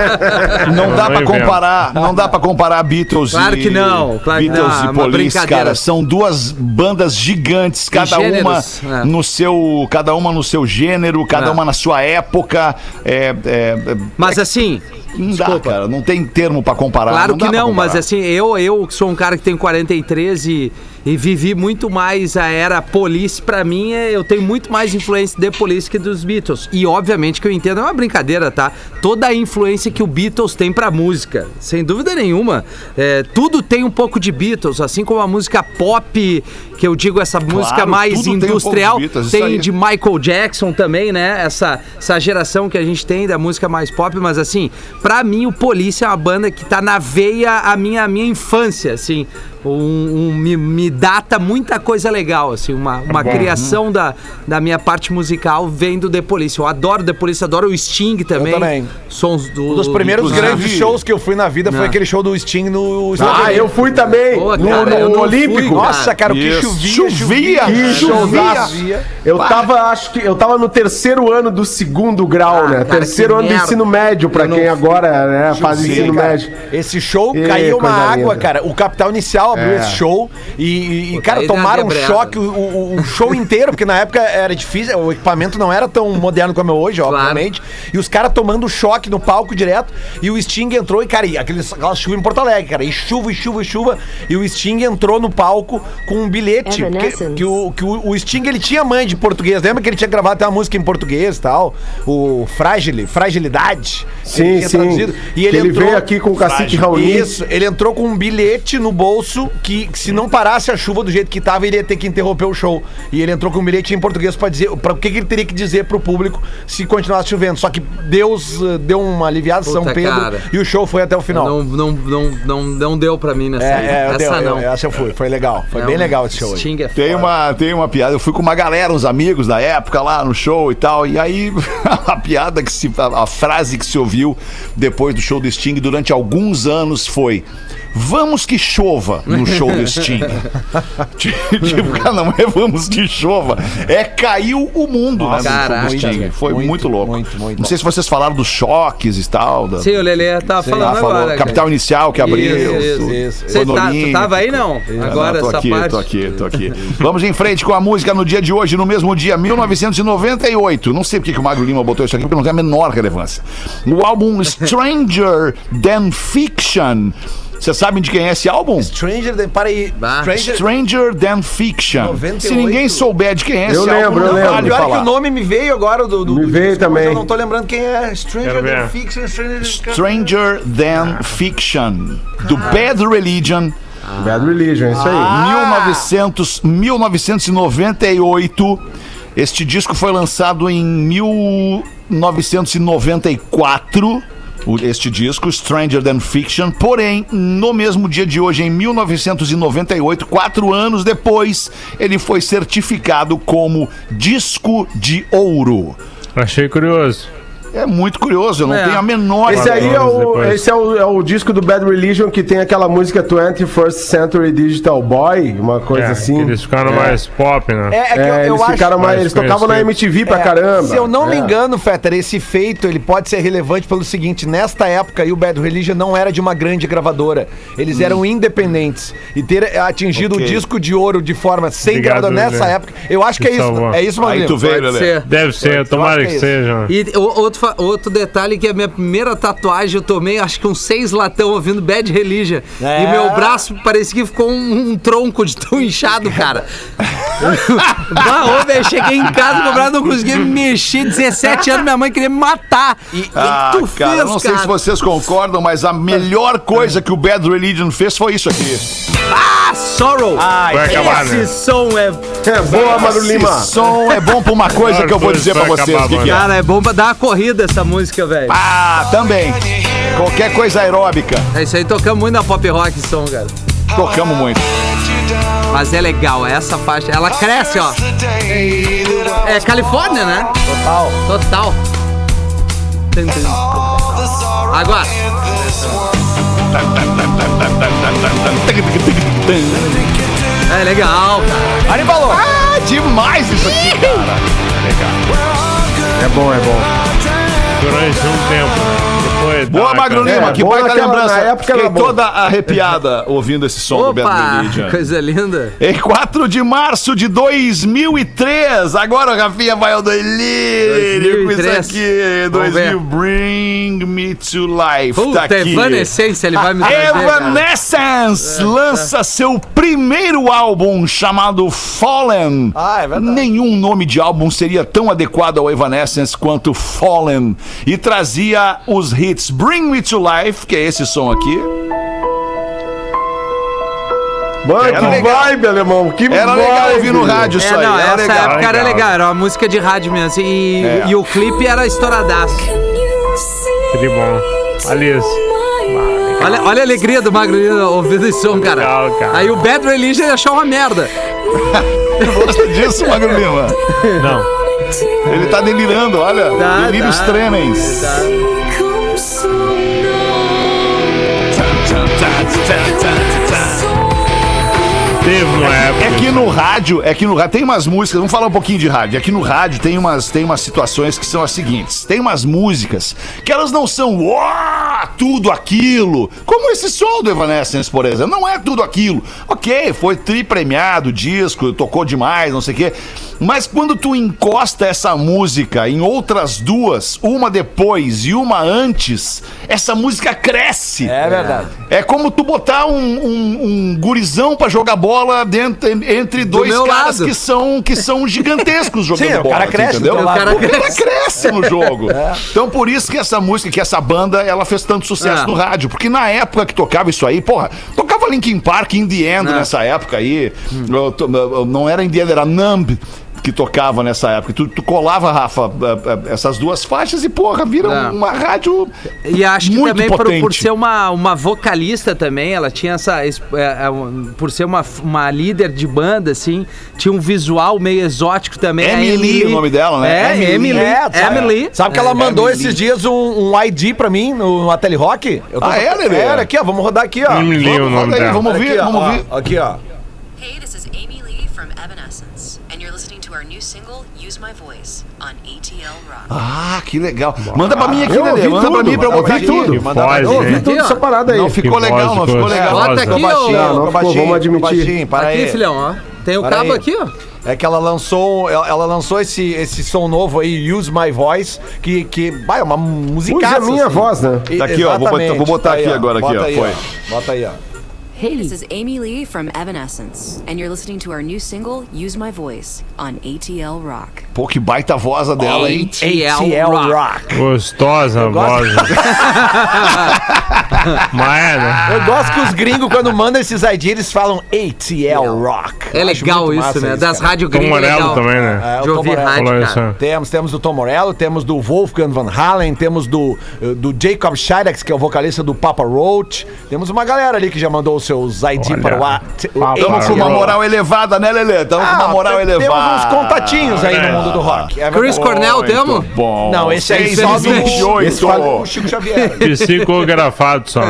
S4: Não dá
S6: É, Não
S4: pra
S6: inventa.
S4: comparar, não dá para comparar Beatles
S3: Claro
S4: e
S3: que não, claro que
S4: Beatles
S3: não, é
S4: e
S3: uma
S4: Police,
S3: brincadeira.
S4: cara, são duas bandas gigantes, cada uma
S3: gêneros, né?
S4: no seu, cada uma no seu gênero, cada
S3: Né.
S4: uma na sua época, é, é, é,
S3: Mas assim,
S4: não dá, cara, não tem termo pra comparar.
S3: Claro
S4: dá
S3: que
S4: pra
S3: não,
S4: comparar.
S3: mas assim, eu, eu que sou um cara que tem 43 e, e vivi muito mais a era Police, pra mim é- eu tenho muito mais influência de Police que dos Beatles. E obviamente que eu entendo, é uma brincadeira, tá? Toda a influência que o Beatles tem pra música, sem dúvida nenhuma. É, tudo tem um pouco de Beatles, assim como a música pop, que eu digo essa música mais
S4: tudo tem um pouco de
S3: industrial, tem,
S4: Beatles,
S3: de,
S4: isso aí.
S3: Michael Jackson também, né? Essa, essa geração que a gente tem da música mais pop, mas assim, pra mim o Police é uma banda que tá na veia a minha, a minha infância, assim. Um, um- me, me data muita coisa legal, assim,
S7: É
S3: uma, uma
S7: né?
S3: criação da, da minha parte musical vem do The Police. Eu adoro The Police, adoro o Sting também.
S7: também.
S3: Sons do.
S7: Um dos primeiros
S4: Inclusive-
S7: grandes shows que eu fui na vida foi
S3: Não.
S7: aquele show do Sting no Estados
S5: Ah,
S7: Unidos.
S5: eu fui também.
S3: Pô,
S5: no
S3: cara,
S5: no
S3: eu não
S5: Olímpico.
S3: fui,
S7: Nossa, cara, o que
S4: Isso.
S7: chovia.
S4: Chovia,
S5: Que
S7: showzaço.
S5: chovia. Eu tava, acho que eu tava no terceiro ano do segundo grau,
S3: Ah,
S5: né?
S3: cara,
S5: terceiro
S3: que
S5: ano
S3: merda.
S5: do ensino médio, pra
S3: Eu não
S5: quem
S3: fui.
S5: agora né, faz
S7: Sim,
S5: ensino
S7: cara.
S5: médio.
S7: Esse show
S5: Ih,
S7: caiu uma
S5: coisa
S7: água,
S5: linda.
S7: cara. O Capital Inicial abriu
S5: É.
S7: esse show e, e,
S3: Pô,
S7: cara,
S3: daí deu uma
S7: tomaram um
S3: debreada.
S7: choque o, o- o show inteiro, porque na época era difícil, o equipamento não era tão moderno como é hoje,
S3: Claro.
S7: obviamente. E os caras tomando choque no palco direto. E o Sting entrou e, cara, e aqueles, aquela chuva em Porto Alegre, cara. E chuva, e chuva, e chuva. E o Sting entrou no palco com um bilhete. Que,
S8: Evanescence.
S7: que o, que o, o Sting, ele tinha mãe de português. Lembra que ele tinha gravado até uma música em português e tal? O Frágil, Fragilidade. Ele
S5: Sim,
S7: tinha
S5: sim.
S7: traduzido. E
S5: Que
S7: ele,
S5: ele
S7: entrou...
S5: veio aqui com o cacique
S7: Frágil.
S5: Raoni.
S7: Isso, ele entrou com um bilhete no bolso que, que se não parasse a chuva do jeito que tava, ele ia ter que interromper o show. E ele entrou com um bilhete em português pra dizer para o que, que ele teria que dizer pro público se continuasse chovendo. Só que Deus eh, deu uma aliviada São
S3: Puta,
S7: Pedro
S3: cara.
S7: e o show foi até o final.
S3: Não, não, não, não, não deu pra mim nessa.
S7: é, é,
S3: essa
S7: deu,
S3: não.
S7: Eu, essa eu fui, foi legal. Foi
S3: Não,
S7: bem legal esse show. aí.
S3: Sting é
S4: Tem
S3: foda.
S4: uma, tem uma piada. Eu fui com uma galera, uns amigos da época lá no show e tal. E aí a piada que se. A, a frase que se ouviu depois do show do Sting durante alguns anos foi. Vamos que chova no show do Sting. tipo, cara, não é vamos que chova. É caiu o mundo,
S3: Nossa,
S4: né? no show do
S3: caraca,
S4: Sting.
S3: velho.
S4: Foi muito, louco.
S7: muito, muito
S4: não sei se vocês falaram dos choques e tal. Da,
S3: Sim, o Lelê tá
S4: lá,
S3: falando
S4: falou,
S3: agora. cara.
S4: Capital Inicial que abriu.
S3: Isso,
S4: tudo.
S3: isso. Você tá, tu
S4: Bonolini,
S3: tava aí não? Agora
S4: Não, tô
S3: essa
S4: aqui,
S3: parte.
S4: Tô aqui, tô aqui. Vamos em frente com a música no dia de hoje, no mesmo dia, 1998. Não sei porque que o Magro Lima botou isso aqui, porque não tem a menor relevância. O álbum Stranger Than Fiction. Vocês sabem de quem é esse álbum?
S7: Stranger, than- para aí.
S3: Bah.
S7: Stranger.
S4: Stranger Than Fiction.
S7: 98.
S4: Se ninguém souber de quem é
S5: Eu
S4: esse álbum,
S5: lembro, eu
S4: não
S5: lembro.
S7: Ah,
S4: vale
S7: pior que
S4: falar.
S7: o nome me veio agora do. do
S5: Me
S7: do
S5: veio
S7: disco, mas
S5: também.
S7: Eu não tô lembrando quem é. Stranger
S6: Quero ver.
S7: than Fiction, Stranger than-
S4: Stranger Than Fiction, do Bad Religion,
S5: Bad Religion, é isso aí.
S3: Ah!
S4: Ah. 1900, 1998. Este disco foi lançado em 1994. o- Este disco, Stranger Than Fiction, porém, no mesmo dia de hoje, em 1998, quatro anos depois, ele foi certificado como disco de ouro.
S6: Achei curioso.
S4: É muito curioso, eu não
S3: É.
S4: tenho a menor
S5: Esse aí é
S6: anos
S5: o,
S6: depois.
S5: esse é, o, é o disco do Bad Religion que tem aquela música 21st Century Digital Boy, uma coisa
S6: É,
S5: assim.
S6: Eles ficaram mais pop, né?
S7: É, é que eu,
S5: É,
S7: eu
S5: eles
S7: acho.
S5: ficaram mais.
S6: mais
S5: Eles tocavam na
S6: conhecido.
S5: MTV pra
S7: É,
S5: caramba.
S7: Se eu não me
S5: É.
S7: engano, Fetter, esse feito ele pode ser relevante pelo seguinte: nesta época aí, o Bad Religion não era de uma grande gravadora. Eles eram independentes. E ter eh, atingido
S4: Ok.
S7: o disco de ouro de forma sem
S6: Obrigado,
S7: gravadora nessa
S6: Lelê.
S7: época. Eu acho que é
S6: Me
S7: isso.
S6: salvou.
S7: É isso,
S4: Aí
S7: Magrinho.
S4: tu veio, Lelê.
S3: Ser.
S6: Deve ser, tomara
S7: acho
S6: que,
S7: que é
S6: seja.
S3: E o- outro, fa- outro detalhe é que a minha primeira tatuagem eu tomei, acho que uns seis latão ouvindo Bad Religion.
S7: É.
S3: E meu braço parecia que ficou um, um tronco de tão inchado, cara. bah, ô, velho, cheguei em casa, meu braço não conseguia me mexer. 17 anos, minha mãe queria me matar. E, que
S4: Ah,
S3: que tu
S4: cara, eu
S3: fez,
S4: não sei
S3: cara?
S4: se vocês concordam, mas a melhor coisa que o Bad Religion fez foi isso aqui.
S3: Ah, Sorrow!
S6: Vai acabar,
S3: Esse
S6: né?
S3: som é.
S5: É boa, Magro Lima.
S4: Esse som é bom pra uma coisa que eu vou dizer pra vocês. o que que é?
S3: Cara, é bom pra dar uma corrida essa música, velho.
S4: Ah, também. Qualquer coisa aeróbica,
S3: É isso aí, tocamos muito na pop rock esse som, cara.
S4: tocamos muito.
S3: Mas é legal, essa faixa, ela cresce, ó. É Califórnia, né?
S7: Total.
S3: Total. Tum, tum. Agora, é legal, cara.
S4: Ah, demais isso aqui, cara.
S5: É bom, é bom.
S6: durante um tempo. Depois
S4: Boa,
S6: dá,
S4: Magro
S6: cara.
S4: Lima, que
S5: É, boa
S4: baita
S5: naquela-
S4: lembrança.
S5: na época
S4: Fiquei
S5: era boa.
S4: toda arrepiada ouvindo esse som do Beto
S3: Opa,
S4: Meridian.
S3: coisa linda.
S4: Em 4 de março de 2003, agora o Rafinha vai ao delírio com isso
S3: 2003.
S4: aqui.
S3: Vamos
S4: 2000, Bring Me To Life, tá
S3: Puta,
S4: aqui. Ah,
S3: Evanescence, ele vai me trazer. cara.
S4: Evanescence lança seu primeiro álbum chamado Fallen.
S7: Ah, é verdade.
S4: Nenhum nome de álbum seria tão adequado ao Evanescence quanto Fallen. E trazia os hits Bring Me to Life, que é esse som aqui.
S5: Mano,
S4: Era
S5: que
S4: legal.
S5: vibe, alemão. Que
S4: Era legal
S5: vibe.
S4: ouvir no rádio isso
S3: É,
S4: aí.
S3: não,
S4: era
S3: essa
S4: legal.
S3: época era
S6: legal.
S3: legal, era uma música de rádio mesmo. assim, E,
S4: É.
S3: e o clipe era estouradaço.
S6: Que bom. Alice.
S3: Olha, olha a alegria do Magro Lima ouvindo esse som, cara.
S6: Legal, cara.
S3: Aí o Bad Religion achou uma merda.
S4: Gosta disso, Magro Lima?
S6: Não.
S4: Ele tá delirando, olha.
S3: Tá,
S4: Delírios
S3: tá.
S4: tremens.
S6: Teve uma época.
S4: É que no rádio, é que no rádio tem umas músicas, vamos falar um pouquinho de rádio. É que no rádio tem umas, tem umas situações que são as seguintes. Tem umas músicas que elas não são "Uá, tudo aquilo, como esse som do Evanescence, por exemplo, não é tudo aquilo. OK, foi tripremiado o disco, tocou demais, não sei o quê. Mas quando tu encosta essa música em outras duas, uma depois e uma antes, essa música cresce.
S7: É verdade.
S4: É como tu botar um, um- um gurizão pra jogar bola dentro, entre dois
S3: meu
S4: caras
S3: lado.
S4: que são, que são gigantescos jogando
S7: Sim, o
S4: bola.
S7: cara
S4: tu
S7: cresce,
S4: entendeu?
S7: do teu
S3: O cara
S7: lado. É.
S4: Porque ela cresce no jogo. Então por isso que essa música, que essa banda, ela fez tanto sucesso
S7: Ah.
S3: É.
S4: no rádio. Porque na época que tocava isso aí, porra, tocava Linkin Park, In The End
S7: Né.
S3: É.
S4: nessa época aí.
S7: Hum.
S4: Eu to- eu- Não era In The End, era Numb. Que tocava nessa época. Tu, tu colava, Rafa, eh, eh, essas duas faixas e, porra, vira
S3: É.
S4: uma rádio.
S3: E acho que
S4: muito
S3: também por, por
S4: potente.
S7: um
S3: ser uma, uma vocalista também, ela tinha essa. es- é, é, um- por ser uma, uma líder de banda, assim, tinha um visual meio exótico também. A
S4: Emily, o nome dela, né?
S3: É,
S4: Emily.
S3: Emily.
S7: É, sabe,
S3: Emily.
S7: sabe que
S3: É.
S7: ela mandou
S4: Emily.
S7: esses dias um, um ID pra mim no, no Ateli Rock? Eu
S4: Ah, é, Lelê?
S7: Era aqui, ó. Vamos rodar aqui, ó.
S6: Emily é o nome
S4: Roda aí,
S6: dela.
S4: vamos
S7: Aqui,
S4: ouvir,
S7: ó,
S4: vamos
S7: ó,
S4: ouvir.
S7: Aqui, ó.
S8: Hey, this is Amy Lee from Evanescence, and you're listening to our new single, Use My Voice, on ATL Rock.
S4: Ah, que legal. Manda pra mim aqui,
S5: Eu
S4: Lelê.
S5: ouvi
S4: Manda pra
S5: tudo,
S4: mim pra eu
S5: eu
S4: botar
S5: ouvi
S4: aqui.
S5: tudo.
S6: Que
S4: Manda-
S6: voz,
S5: Eu ouvi
S6: né?
S5: toda essa parada aí.
S4: Não ficou
S6: Que
S4: legal,
S6: voz
S4: não ficou
S6: gostosa.
S4: legal.
S3: Bota
S6: Ficou
S3: aqui,
S5: Não,
S3: ó.
S5: não ficou, vamos admitir.
S7: baixinho, para
S3: é, Aqui,
S7: aí.
S3: filhão, ó. Tem o
S7: Para
S3: cabo
S7: aí.
S3: aqui, ó.
S7: É que ela lançou, ela, ela lançou esse, esse som novo aí, Use My Voice, que, que vai, é uma musicaça. assim.
S5: Usa a minha voz, né?
S7: E-
S4: Tá aqui, ó, vou botar-
S7: exatamente.
S4: vou botar
S7: Tá aí,
S4: aqui
S7: ó.
S4: agora, aqui,
S7: Bota
S4: ó,
S7: aí,
S4: foi.
S7: Bota aí, ó.
S8: Hey, this is Amy Lee from Evanescence, and you're listening to our new single, Use My Voice, on ATL Rock.
S4: Pô, que baita voz a dela, hein?
S7: ATL Rock.
S6: Gostosa a voz. né? Mas é, né?
S7: Eu gosto
S4: Ah.
S7: que os gringos, quando mandam esses ID, eles falam ATL Rock.
S3: É
S7: Eu acho
S3: legal
S7: muito
S3: isso,
S7: massa
S3: né? das
S7: cara.
S3: rádio
S6: Tom
S3: gringas.
S6: Morello
S3: legal.
S6: também, né?
S7: É, o
S3: De
S7: Tom
S3: ouvir
S7: Morello.
S3: rádio,
S6: Falou
S3: cara.
S6: isso.
S7: Temos, temos do Tom Morello, temos do Wolfgang Van Halen, temos do, eh, do Jacob Shirex, que é o vocalista do Papa Roach. Temos uma galera ali que já mandou os seus ID
S6: Olha,
S7: para o A.
S6: Papa
S7: ATL.
S4: Tamo com uma moral elevada, né, Lelê? Tamo com uma moral
S7: Ah, tem- Temos uns
S4: elevada.
S7: contatinhos aí
S6: É.
S7: no mundo do rock. É
S3: Chris
S7: verdade.
S3: Cornell, temos?
S4: Bom.
S7: Não, esse aí
S4: Seis
S7: só do...
S4: e vinte e oito.
S7: Esse fala com o Chico Xavier.
S4: É.
S6: Psicografado só.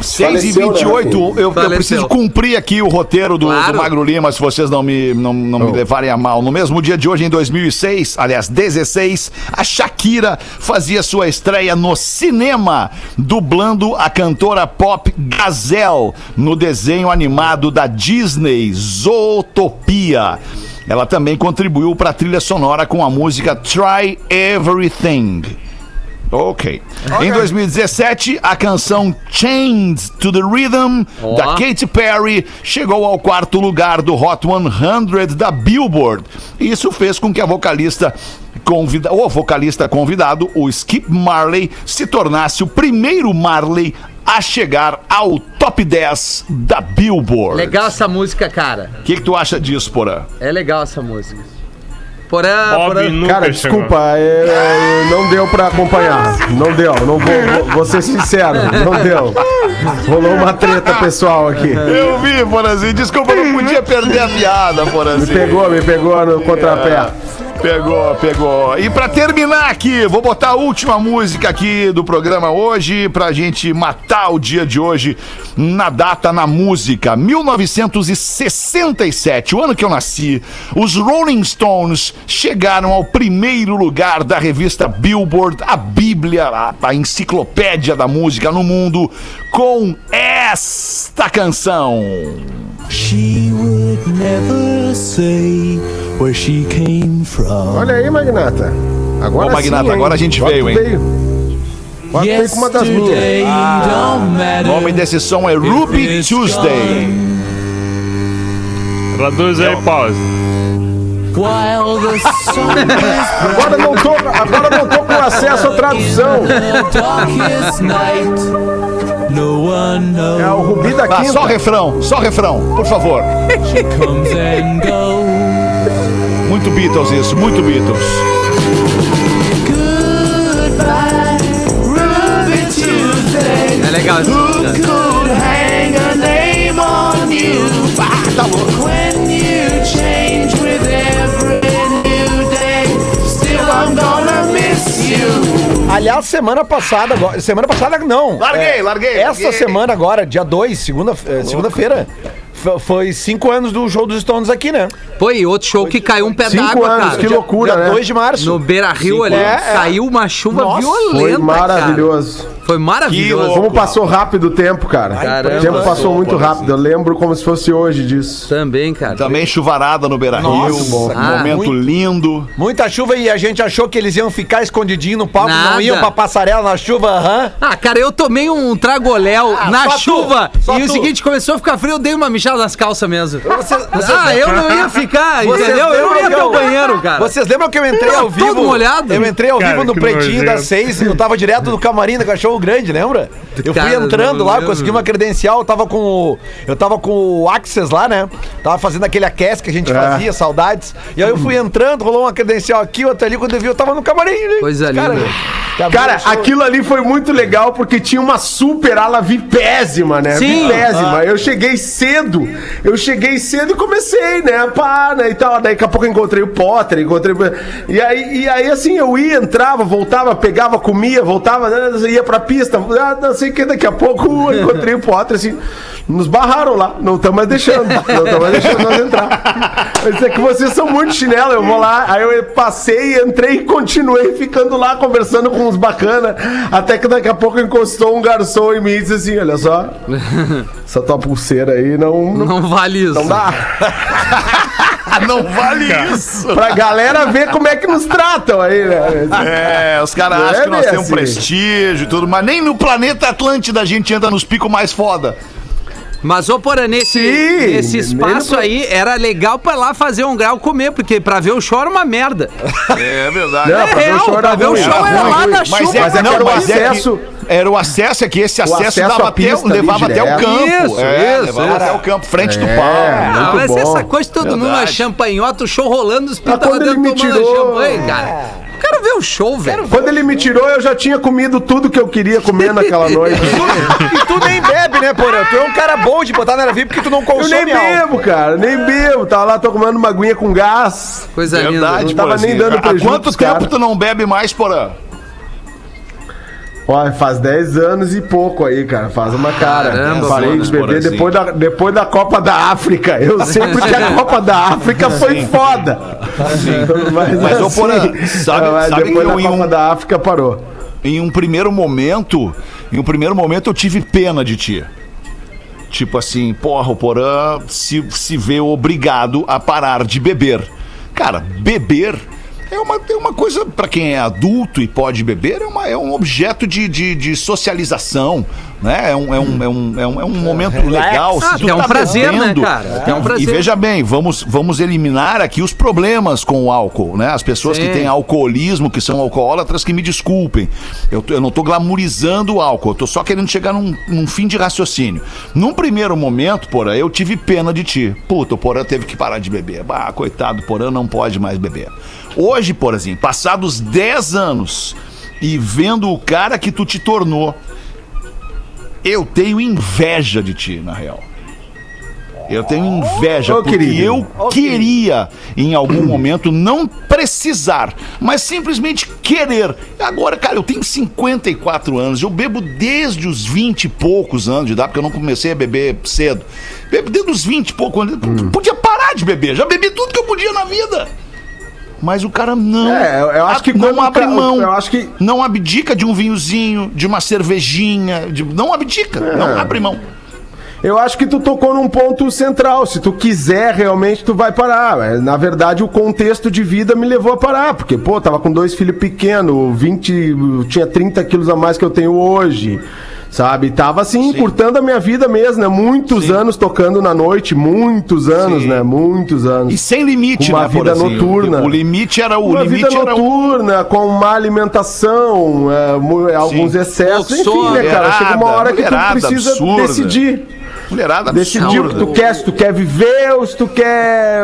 S4: 6 e 28 eu, eu
S3: né? Faleceu.
S4: preciso cumprir aqui o roteiro do,
S3: Claro.
S4: do Magro Lima, se vocês não, me, não, não me levarem a mal. No mesmo dia de hoje, em 2006, aliás, 16, a Shakira fazia sua estreia no cinema, dublando a cantora pop Gazelle no desenho animado da Disney, Zootopia. Ela também contribuiu para a trilha sonora com a música Try Everything. Ok. Em 2017, a canção Chains to the Rhythm da Katy Perry chegou ao quarto lugar do Hot 100 da Billboard. Isso fez com que a vocalista convida, o vocalista convidado, o Skip Marley, se tornasse o primeiro Marley a chegar ao top 10 da Billboard.
S3: É Legal essa música, cara.
S4: O que, que tu acha disso, Porã?
S3: É legal essa música. Porã,
S6: Bob
S3: porã.
S6: nunca
S5: Cara,
S6: chegou.
S5: desculpa, eu- eu- não deu pra acompanhar. Não deu, não vou, vou, vou ser sincero, não deu. Rolou uma treta pessoal aqui.
S4: Eu vi, Porazinho. Desculpa, eu não podia perder a piada,
S5: Me
S4: Porazinho.
S5: pegou, me pegou no contrapé.
S4: Pegou, pegou. E pra terminar aqui, vou botar a última música aqui do programa hoje, pra gente matar o dia de hoje na data, na música. 1967, o ano que eu nasci, os Rolling Stones chegaram ao primeiro lugar da revista Billboard, a Bíblia, a, a enciclopédia da música no mundo, com esta canção.
S9: She would never say where she came from.
S5: Olha aí, Magnata. Agora
S4: Ô, Magnata,
S5: sim,
S4: agora a gente
S5: Agora
S4: veio,
S5: tu
S4: hein?
S5: Veio. Agora tu veio com uma das Ah. minhas.
S9: Yesterday don't
S4: O
S9: matter.
S4: nome desse som é Ruby
S9: It's
S4: Tuesday.
S6: Traduz aí, pause.
S4: né?
S9: gone While the sun
S5: Agora não tô, agora não tô com acesso à tradução.
S9: the darkest night, no one knows
S5: É o Rubi da
S4: Ah, só
S5: Quinta.
S4: refrão, só refrão, por favor.
S5: É
S9: comes and goes.
S4: Muito Beatles isso, muito Beatles.
S9: Goodbye, Ruby Tuesday.
S3: É legal. essa música.
S9: Could hang a name on you. When you change with every new day, still I'm gonna miss you.
S7: Aliás, semana passada agora. Semana passada não. É,
S4: Larguei, larguei,
S7: Essa
S4: larguei.
S7: semana agora, dia 2, segunda, eh, segunda-feira, f- foi cinco anos do show dos Stones aqui, né?
S3: Pô, e outro show que caiu um pé
S5: Cinco
S3: d'água,
S5: anos,
S3: cara.
S5: que loucura,
S7: dia
S5: né?
S7: 2 de março.
S3: No Beira Rio ali,
S7: anos. É, é.
S3: saiu uma chuva
S7: Nossa,
S3: violenta.
S5: Foi
S3: cara.
S5: maravilhoso.
S3: Foi maravilhoso.
S5: Como passou rápido o tempo, cara.
S3: Caramba.
S5: o tempo passou muito rápido. Eu lembro como se fosse hoje disso.
S3: Também, cara.
S4: Também chuvarada no Beira Rio.
S7: Nossa,
S4: bom.
S3: cara,
S4: momento
S7: muito-
S4: lindo.
S7: Muita chuva e a gente achou que eles iam ficar escondidinho no palco, não
S3: Nada.
S7: iam pra passarela na chuva, aham.
S3: Ah, cara, eu tomei um tragoléu
S7: Ah,
S3: na
S7: só tu,
S3: chuva
S7: só
S3: e o
S7: tu.
S3: seguinte, começou a ficar frio, eu dei uma mijada nas calças mesmo.
S7: Vocês- vocês-
S3: ah, eu não ia ficar,
S7: Vocês
S3: entendeu? Eu
S7: lembram
S3: ia
S7: que
S3: pro
S7: eu-
S3: banheiro, cara.
S7: Vocês lembram que eu entrei
S3: Não,
S7: ao vivo?
S3: todo molhado.
S7: Eu entrei ao
S6: Cara,
S7: vivo no
S6: que
S7: Pretinho
S6: nojento.
S7: das seis, eu tava direto do camarim da Cachorro Grande, lembra? Eu fui
S3: Cara,
S7: entrando
S3: não
S7: lá, eu
S3: lembro.
S7: consegui uma credencial, eu tava com o, eu tava com o Access lá, né? Tava fazendo aquele aquece que a
S6: É.
S7: gente fazia, saudades. E aí eu fui entrando, rolou uma credencial aqui, outra ali, quando eu vi, eu tava no camarim. né?
S3: Coisa
S7: Cara,
S3: linda.
S7: acabou
S5: Cara,
S7: o show.
S5: aquilo ali foi muito legal porque tinha uma super ala vipésima, né?
S3: Sim.
S5: Vipésima. Eu cheguei cedo. Eu cheguei cedo e comecei, né? Pá, né? E tal. Daí daqui a pouco eu encontrei o Potter, encontrei. E aí, e aí, assim, eu ia, entrava, voltava, pegava, comia, voltava, né, ia pra pista, ah, não sei o que, daqui a pouco eu encontrei o Potter, assim. Nos barraram lá, não estão mais deixando, não estão mais deixando nós entrar. Mas é que vocês são muito chinelo, eu vou lá. Aí eu passei, entrei e continuei ficando lá conversando com uns bacana. Até que daqui a pouco encostou um garçom em mim e disse assim: Olha só, essa tua pulseira aí não, não,
S3: Não vale isso.
S5: não dá.
S4: Ah, não vale isso.
S5: Pra galera ver como é que nos tratam aí, né?
S4: É, os caras
S5: Não é
S4: acham que nós
S5: bem
S4: temos
S5: assim.
S4: prestígio e tudo, mas nem no planeta Atlântida a gente entra nos picos mais foda.
S3: Mas, ô, Porã, nesse,
S5: Sim,
S3: nesse
S5: nem
S3: espaço aí, era legal pra lá fazer um grau comer, porque pra ver o show era uma merda.
S4: É verdade.
S5: Não,
S3: É
S5: pra ver o
S3: real,
S5: show era
S3: pra ver o
S5: ruim,
S3: show
S5: era
S3: era
S5: ruim,
S3: lá
S5: ruim.
S3: na
S4: Mas
S3: chuva.
S4: é,
S5: Mas é
S4: não,
S5: que era o
S4: mas é que-
S5: acesso-
S4: era o acesso, é que esse acesso,
S5: acesso
S4: dava
S5: à
S4: até,
S5: pista ali
S4: levava até o
S5: direto.
S4: campo.
S3: Isso,
S4: é,
S3: isso,
S4: levava
S3: isso.
S4: até o campo, frente do palco.
S3: Ah,
S5: muito
S3: mas
S5: bom.
S3: essa coisa de todo mundo é
S4: Verdade. Ah,
S3: champanhota, o show rolando, os pintas lá
S5: quando
S3: dentro
S5: ele me
S3: tomando
S5: tirou-
S3: champanhe, cara.
S4: É.
S3: Quero ver o show, velho.
S5: Quando ele me tirou, eu já tinha comido tudo que eu queria comer naquela noite.
S7: E tu nem bebe, né, Porã? Tu é um cara bom de botar na vida porque tu não
S5: Eu
S7: consome
S5: nem
S7: álcool.
S5: bebo, cara, nem bebo. Tava lá, tô comendo uma aguinha com gás.
S3: Coisa
S4: Verdade,
S5: não
S3: linda.
S5: tava
S4: Porazinho.
S5: nem dando
S4: Há
S5: prejuízo
S4: quanto
S5: pros
S4: tempo
S5: cara.
S4: tu não bebe mais, Porã?
S5: Ó, faz 10 anos e pouco aí, cara. Faz uma cara.
S3: Caramba,
S5: Parei
S4: mano,
S5: de beber
S4: Porazinho.
S5: depois da, depois da Copa da África. Eu sei porque a Copa da África foi foda. Mas, assim,
S4: Mas, ô, Porã, sabe-
S5: mas
S4: sabe
S5: depois
S4: que
S5: da
S4: eu em
S5: Copa
S4: um-
S5: da África parou.
S4: em um primeiro momento, em um primeiro momento eu tive pena de ti. Tipo assim, porra, o Porã se, se vê obrigado a parar de beber. Cara, beber é uma, é uma coisa, pra quem é adulto e pode beber, é, uma- é um objeto de, de, de socialização, né? É um, é um, é um, é um, é um momento legal.
S3: Ah,
S4: se tu tá
S3: é um prazer, né, cara? É um
S4: E- E
S3: prazer.
S4: veja bem, vamos, vamos eliminar aqui os problemas com o álcool, né? As pessoas que
S3: Sim.
S4: têm alcoolismo, que são alcoólatras, que me desculpem. Eu, tô- eu não tô glamorizando o álcool, eu tô só querendo chegar num, num fim de raciocínio. Num primeiro momento, Porã, eu tive pena de ti. Puta, o Porã teve que parar de beber. Bah, coitado, Porã não pode mais beber. Hoje, Porãzinho, passados 10 anos e vendo o cara que tu te tornou, eu tenho inveja de ti, na real. Eu tenho inveja,
S5: Ô,
S4: porque
S5: querido.
S4: eu queria, em algum momento, não precisar, mas simplesmente querer. Agora, cara, eu tenho 54 anos, eu bebo desde os 20 e poucos anos de idade, porque eu não comecei a beber cedo. Bebo desde os 20 e poucos anos.
S5: Hum.
S4: Podia parar de beber, já bebi tudo que eu podia na vida. Mas o cara não.
S5: É, eu- eu acho
S4: a-
S5: que quando
S4: não
S5: o
S4: abre
S5: ca-
S4: mão.
S5: eu acho que-
S4: Não abdica de um vinhozinho, de uma cervejinha. de- Não abdica.
S5: É.
S4: Não abre mão.
S5: Eu acho que tu tocou num ponto central. Se tu quiser, realmente tu vai parar. É, Na verdade, o contexto de vida me levou a parar. Porque, pô, tava com dois filhos pequenos, 20, tinha 30 quilos a mais que eu tenho hoje. Sabe? Tava assim, cortando a minha vida mesmo, né? Muitos anos tocando na noite, muitos anos,
S4: Sim.
S5: né? Muitos anos.
S4: E sem limite,
S5: Uma
S4: né,
S5: vida
S4: Porazinho?
S5: noturna.
S4: O limite era o
S5: uma vida
S4: limite era o
S5: noturna, com má alimentação, é, mu- alguns excessos, enfim, né, cara? Chega uma
S4: Mulherada,
S5: hora que tu
S4: mulherada
S5: precisa
S4: absurda.
S5: decidir.
S4: mulherada
S5: Decidir o tipo que
S4: absurda.
S5: tu quer, se tu quer viver ou se tu quer.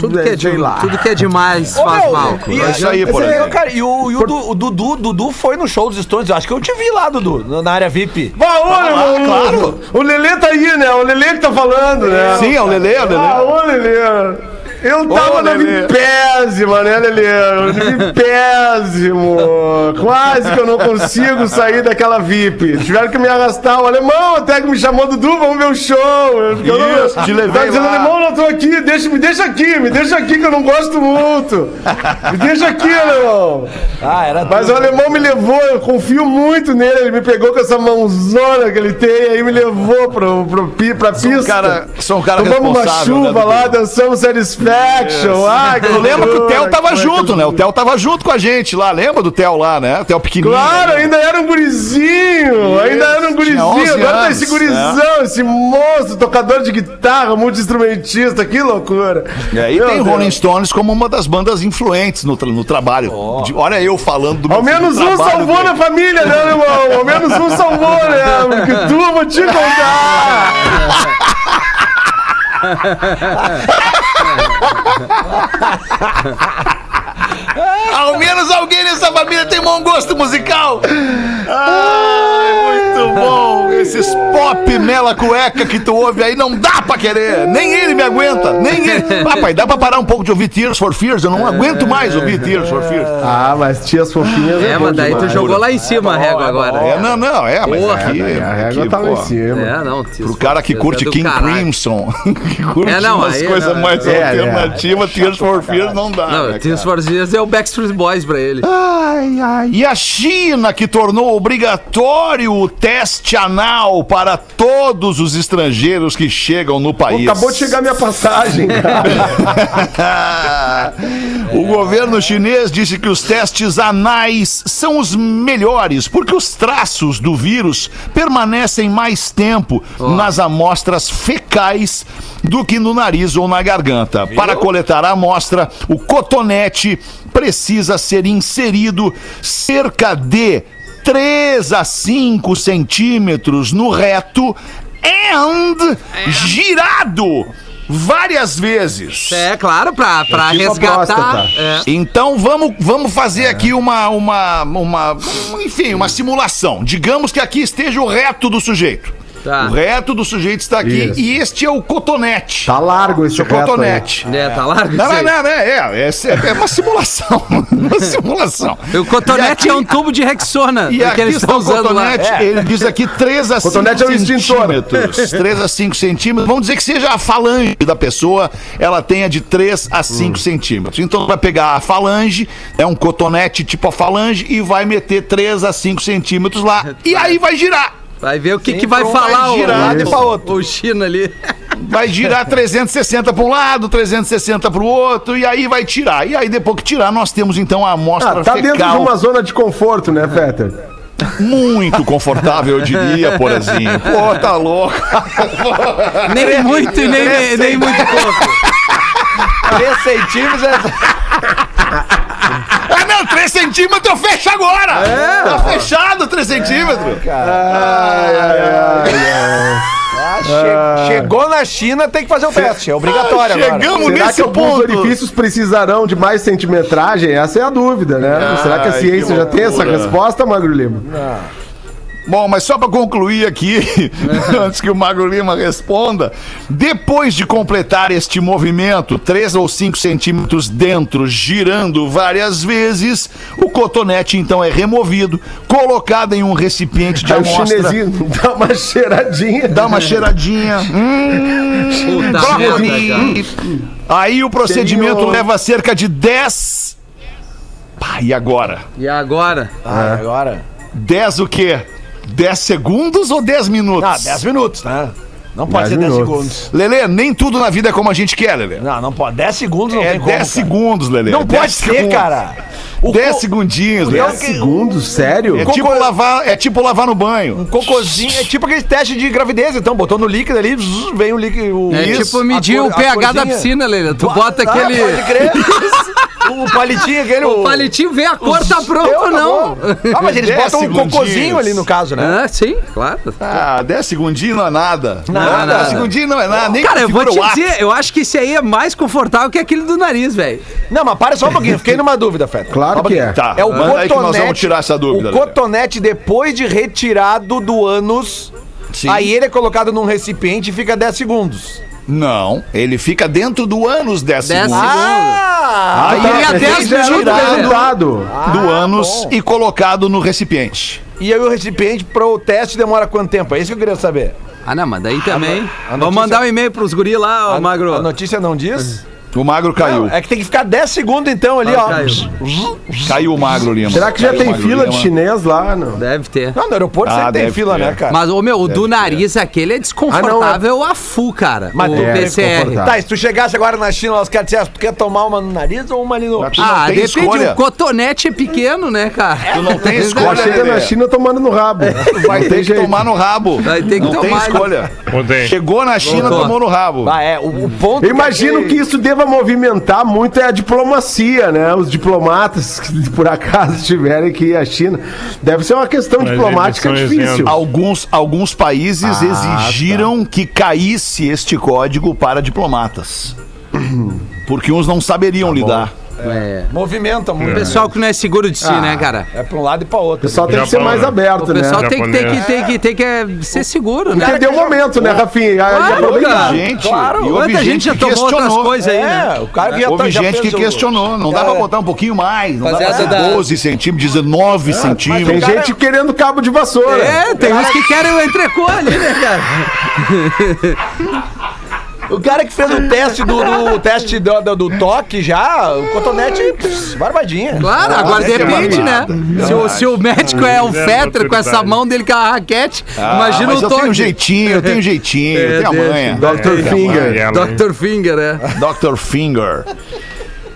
S3: Tudo que é, de,
S5: sei lá.
S3: tudo que é demais faz mal.
S7: E,
S4: É isso aí,
S7: mas
S4: por
S7: é,
S4: exemplo.
S7: cara, e o, e o Du- o Dudu, Dudu foi no show dos Stones. Eu acho que eu te vi lá, Dudu, no- na área VIP.
S5: Bah,
S4: lá,
S5: olha, o,
S4: claro.
S5: o Lelê tá aí, né? O Lelê que tá falando, né?
S4: Sim, é o Lelê, é o Lelê.
S5: Ah, ô, Lelê. Eu tava na
S4: Lelê.
S5: vipésima, né, Lelê? Vipésimo. Quase que eu não consigo sair daquela VIP. Tiveram que me arrastar. O alemão até que me chamou, Dudu, vamos ver o show. Eu não-
S4: Isso, te levei
S5: Tá dizendo,
S4: lá.
S5: alemão, não tô aqui. Deixa, me deixa aqui, me deixa aqui que eu não gosto muito. Me deixa aqui, alemão.
S7: Ah, era
S5: Mas o alemão me levou, eu confio muito nele. Ele me pegou com essa mãozona que ele tem, aí me levou pro, pro, pi- pra pista.
S4: um cara- sou um cara
S5: Tomamos uma
S4: responsável, né,
S5: chuva
S4: Dudu?
S5: lá, dançamos Satisfaction. Ai, que
S4: Eu lembro que o
S5: loucura,
S4: Theo tava
S5: como é que
S4: junto,
S5: eu-
S4: né? O Theo tava junto com a gente lá. Lembra do Theo lá, né? O Theo pequenininho.
S5: Claro,
S4: né?
S5: ainda era um gurizinho, ainda era um
S4: tinha
S5: gurizinho,
S4: 11
S5: agora tá
S4: anos, é.
S5: esse gurizão, esse monstro, tocador de guitarra, multi-instrumentista, que loucura.
S4: É, E aí
S5: Meu
S4: tem
S5: Deus.
S4: Rolling Stones como uma das bandas influentes no, tra- no trabalho. De- olha eu falando do meu
S5: Ao menos
S4: filho,
S5: um
S4: trabalho
S5: salvou
S4: dele.
S5: na família, né, irmão? Ao menos um salvou, né? Porque tu, eu vou te contar.
S4: Ao menos alguém nessa família tem bom gosto musical. Ai, muito bom. Esses pop mela cueca que tu ouve aí não dá pra querer. Nem ele me aguenta. Nem ele. Papai, dá pra parar um pouco de ouvir Tears for Fears? Eu não aguento mais ouvir Tears for Fears.
S5: Ah, mas tias fofinhas.
S3: É,
S5: bom
S3: mas daí tu
S5: demais.
S3: jogou lá em cima a régua agora.
S4: É, não, não, é, mas
S3: Porra,
S4: aqui,
S5: É, a régua
S4: aqui,
S5: tá lá em
S4: pô,
S5: cima.
S3: É, não. Tis,
S4: Pro cara que
S3: é
S4: curte
S3: do
S4: King
S3: caralho.
S4: Crimson, que curte
S3: É, não,
S4: umas
S3: aí,
S4: coisas
S3: não,
S4: mais
S5: é, é.
S4: alternativas, Tears for Fears não dá. né,
S3: Não,
S4: cara?
S3: Tears for Fears é o Backstreet Boys pra ele.
S4: Ai, ai. E a China que tornou obrigatório o teste anal para todos os estrangeiros que chegam no país.
S5: Acabou de chegar minha passagem, cara.
S4: o governo chinês disse que os testes anais são os melhores porque os traços do vírus permanecem mais tempo nas amostras fecais do que no nariz ou na garganta. Para coletar a amostra, o cotonete precisa ser inserido cerca de 3 a 5 centímetros no reto and girado várias vezes.
S3: É, claro, pra, pra
S5: tipo a
S4: tá?
S3: resgatar.
S5: próstata.
S3: É.
S4: Então vamos, vamos fazer aqui uma, uma, uma, um, enfim, uma simulação. Digamos que aqui esteja o reto do sujeito.
S3: Tá.
S4: O reto do sujeito está aqui
S5: Isso.
S4: e este é o cotonete.
S5: Tá largo esse
S4: Esse é o
S5: reto aí.
S4: cotonete.
S3: É, tá largo
S4: Não,
S3: isso
S4: não,
S3: aí.
S4: não, é, é, é, é uma simulação. uma simulação.
S3: O cotonete é um tubo de Rexona é
S4: E
S3: que
S4: aqui
S3: eles
S4: está
S3: estão
S4: o
S3: usando lá. É.
S4: cotonete, ele diz aqui 3 a 5
S5: Cotonete é um extintor.
S4: centímetros. 3 a 5 centímetros. Vamos dizer que seja a falange da pessoa, ela tenha de 3 a 5
S5: Hum.
S4: centímetros. Então vai pegar a falange, é um cotonete tipo a falange, e vai meter 3 a 5 centímetros lá. E aí vai girar.
S3: Vai ver o que, que vai
S4: pronto,
S3: falar
S4: um vai girar de pra
S3: o, o, o China ali.
S4: Vai girar 360 para um lado, 360 para o outro, e aí vai tirar. E aí depois que tirar, nós temos então a amostra
S5: Ah, tá dentro de
S4: fecal.
S5: uma zona de conforto, né, Peter?
S4: Muito confortável, eu diria, porazinho. Pô, tá louco.
S7: É,
S3: Nem muito e nem, nem, nem muito pouco.
S7: 3 centímetros. é-
S4: Ah, não, 3 centímetros eu fecho agora!
S3: É?
S4: Tá fechado 3 centímetros!
S7: Ah, che- Chegou na China, tem que fazer o teste. É obrigatório agora.
S4: Ah, Chegamos
S5: Será
S4: nesse
S5: que alguns
S4: ponto!
S5: orifícios precisarão de mais centimetragem? Essa é a dúvida, né? Será que a
S4: Ai,
S5: ciência
S4: que
S5: já tem essa
S4: loucura.
S5: resposta, Magro Lima?
S4: Bom, mas só para concluir aqui,
S3: É.
S4: antes que o Mago Lima responda, depois de completar este movimento, 3 ou 5 centímetros dentro, girando várias vezes, o cotonete então é removido, colocado em um recipiente de
S3: É
S5: Aí o
S4: amostra.
S5: chinesinho dá uma cheiradinha.
S4: Dá uma cheiradinha. Hum,
S3: Puta
S4: Troca
S3: merda, cara.
S4: de- Aí o procedimento
S5: Cheirinho.
S4: leva cerca de 10. Pá, e agora?
S3: E agora?
S5: É.
S7: Ah, agora?
S4: 10 o quê? 10 segundos ou 10 minutos?
S7: Ah, 10 minutos, né? Não pode
S5: Dez
S7: ser 10
S5: minutos.
S7: segundos.
S4: Lelê, nem tudo na vida é como a gente quer, Lelê.
S7: Não, não pode. 10 segundos não
S4: É 10
S7: tem como. cara.
S4: segundos, Lelê.
S7: Não
S4: Dez
S7: pode ser,
S4: segundos.
S7: cara. O
S4: 10
S7: co-
S4: segundinhos,
S7: Dez
S4: Lelê.
S7: segundos.
S5: Segundo, sério?
S4: É tipo, lavar, é tipo lavar no banho.
S7: Um cocôzinho. É tipo aquele teste de gravidez, então. Botou no líquido ali, zzz, vem o líquido.
S3: É
S7: isso,
S3: tipo medir
S7: a
S3: o
S7: cor- a
S3: pH da
S7: corzinha.
S3: piscina, Leila. Tu
S7: Ah,
S3: bota aquele.
S7: Pode crer. o palitinho aquele.
S3: O palitinho vê a cor, tá pronto
S7: Deu,
S3: ou
S7: tá
S3: não?
S7: bom. Ah, mas eles
S4: Dez
S7: botam um
S4: segundinhos.
S7: cocôzinho ali no caso, né?
S3: Ah, sim, claro.
S4: Ah, 10 segundinhos não é nada. Não,
S3: é nada.
S4: 10 segundinhos não é nada. Nem
S3: Cara, eu vou
S4: configura
S3: te
S4: o ato.
S3: dizer, eu acho que esse aí é mais confortável que aquele do nariz, velho.
S7: Não, mas para só um pouquinho, fiquei numa dúvida, Feta.
S5: Claro
S7: Só um
S5: que
S7: pouquinho.
S5: é.
S4: Tá,
S7: É o
S4: manda aí
S7: cotonete.
S4: que nós vamos tirar essa dúvida,
S7: O
S4: Lelê.
S7: cotonete, depois de retirado do ânus, aí ele é colocado num recipiente e fica 10 segundos.
S4: Não, ele fica dentro do ânus 10
S3: 10
S4: segundos.
S3: segundos.
S7: Ah!
S4: Aí
S5: tá,
S3: teria
S4: é
S3: 10
S4: retirado
S3: minutos,
S5: Resultado.
S4: do ânus
S7: bom.
S4: e colocado no recipiente.
S7: E aí o recipiente pro teste demora quanto tempo? É isso que eu queria saber.
S3: Ah, não, mas daí também.
S7: a
S3: Vou
S7: notícia-
S3: mandar um e-mail pros guri lá, ô
S7: A-
S3: Magro.
S7: A notícia não diz?
S4: O magro caiu.
S7: Não, é que tem que ficar 10 segundos então ali,
S3: Ah,
S7: ó.
S3: caiu.
S4: Caiu o magro, Lima.
S5: Será que já
S4: Caiu o
S5: tem
S4: Magro
S5: fila de
S4: Lima.
S5: chinês lá? Não.
S3: Deve ter.
S7: Não, no aeroporto
S4: Ah,
S7: sempre tem
S4: deve
S7: fila,
S4: ter.
S7: né, cara?
S3: Mas, ô meu, o do nariz aquele é desconfortável a full, cara.
S7: Mas
S3: o
S7: é
S3: PCR.
S5: desconfortável.
S7: Tá, e se tu chegasse agora na China, os caras dissessem, tu quer tomar uma no nariz ou uma ali no...
S4: tu
S3: Ah,
S4: não tem
S3: depende.
S4: escolha.
S3: O cotonete é pequeno, né,
S7: É.
S3: cara?
S4: Tu não tem
S5: Já
S4: escolha,
S5: chega é na
S4: Lelê.
S5: China tomando no rabo.
S4: Vai ter que tomar no rabo.
S3: Vai ter que
S4: não tem
S3: tomar, né?
S4: escolha.
S6: Ontem.
S4: Chegou na China,
S3: Voltou.
S4: tomou no rabo.
S7: Ah, é, o, o ponto... é
S5: Eu imagino que isso deva movimentar muito é a diplomacia, né? Os diplomatas que por acaso tiverem que ir à China. Deve ser uma questão
S6: Mas
S5: diplomática
S6: eles são
S5: difícil.
S6: isentos.
S4: Alguns, alguns
S7: Ah, tá.
S4: países exigiram que caísse este código para diplomatas. Porque uns não
S7: Tá
S4: saberiam lidar.
S7: Movimenta
S3: O
S7: muito.
S3: pessoal que não é seguro de si, né, cara?
S7: É pra um lado e pra
S5: O
S7: outro.
S5: pessoal tem que ser
S6: Japão,
S5: mais
S6: né?
S5: aberto,
S3: O pessoal
S6: né?
S5: né?
S3: tem, um que, tem, que,
S6: Japonês.
S3: tem, que, tem que é, ser seguro, né?
S5: Entendeu o momento, né, Rafinha? E aproveitar.
S4: gente,
S7: Claro,
S4: e houve
S3: Quanta gente já
S4: que
S3: tomou outras
S4: questionou.
S3: coisas aí, né?
S7: É, o cara que já
S4: tá Houve
S7: tá- já
S4: gente
S7: fez
S4: que
S7: o- é.
S4: questionou. Não dá
S7: Cara,
S4: pra botar um pouquinho mais. Não dá
S3: Fazer
S4: pra
S3: essa da-
S4: botar 12 centímetros,
S7: Ah,
S4: 19 centímetros.
S5: Tem
S4: Cara,
S5: gente querendo cabo de vassoura.
S3: É, tem uns que querem o entrecô ali, né, cara?
S7: O cara que fez o teste do, do- o teste do, do- do toque já, o cotonete, pss, barbadinha.
S3: Claro, agora
S4: deve ser
S3: depende, né?
S4: barbada.
S3: Se o, se o médico é um
S6: É,
S3: Fetter com essa
S6: autoridade.
S3: mão dele com a raquete,
S4: Ah,
S3: imagina
S4: mas
S3: o É,
S4: eu tenho um
S3: toque.
S4: jeitinho, eu tenho um jeitinho, eu tenho a manha.
S5: Dr.
S6: É,
S5: Finger.
S6: Ela,
S3: Dr. Finger, né?
S4: Dr. Finger.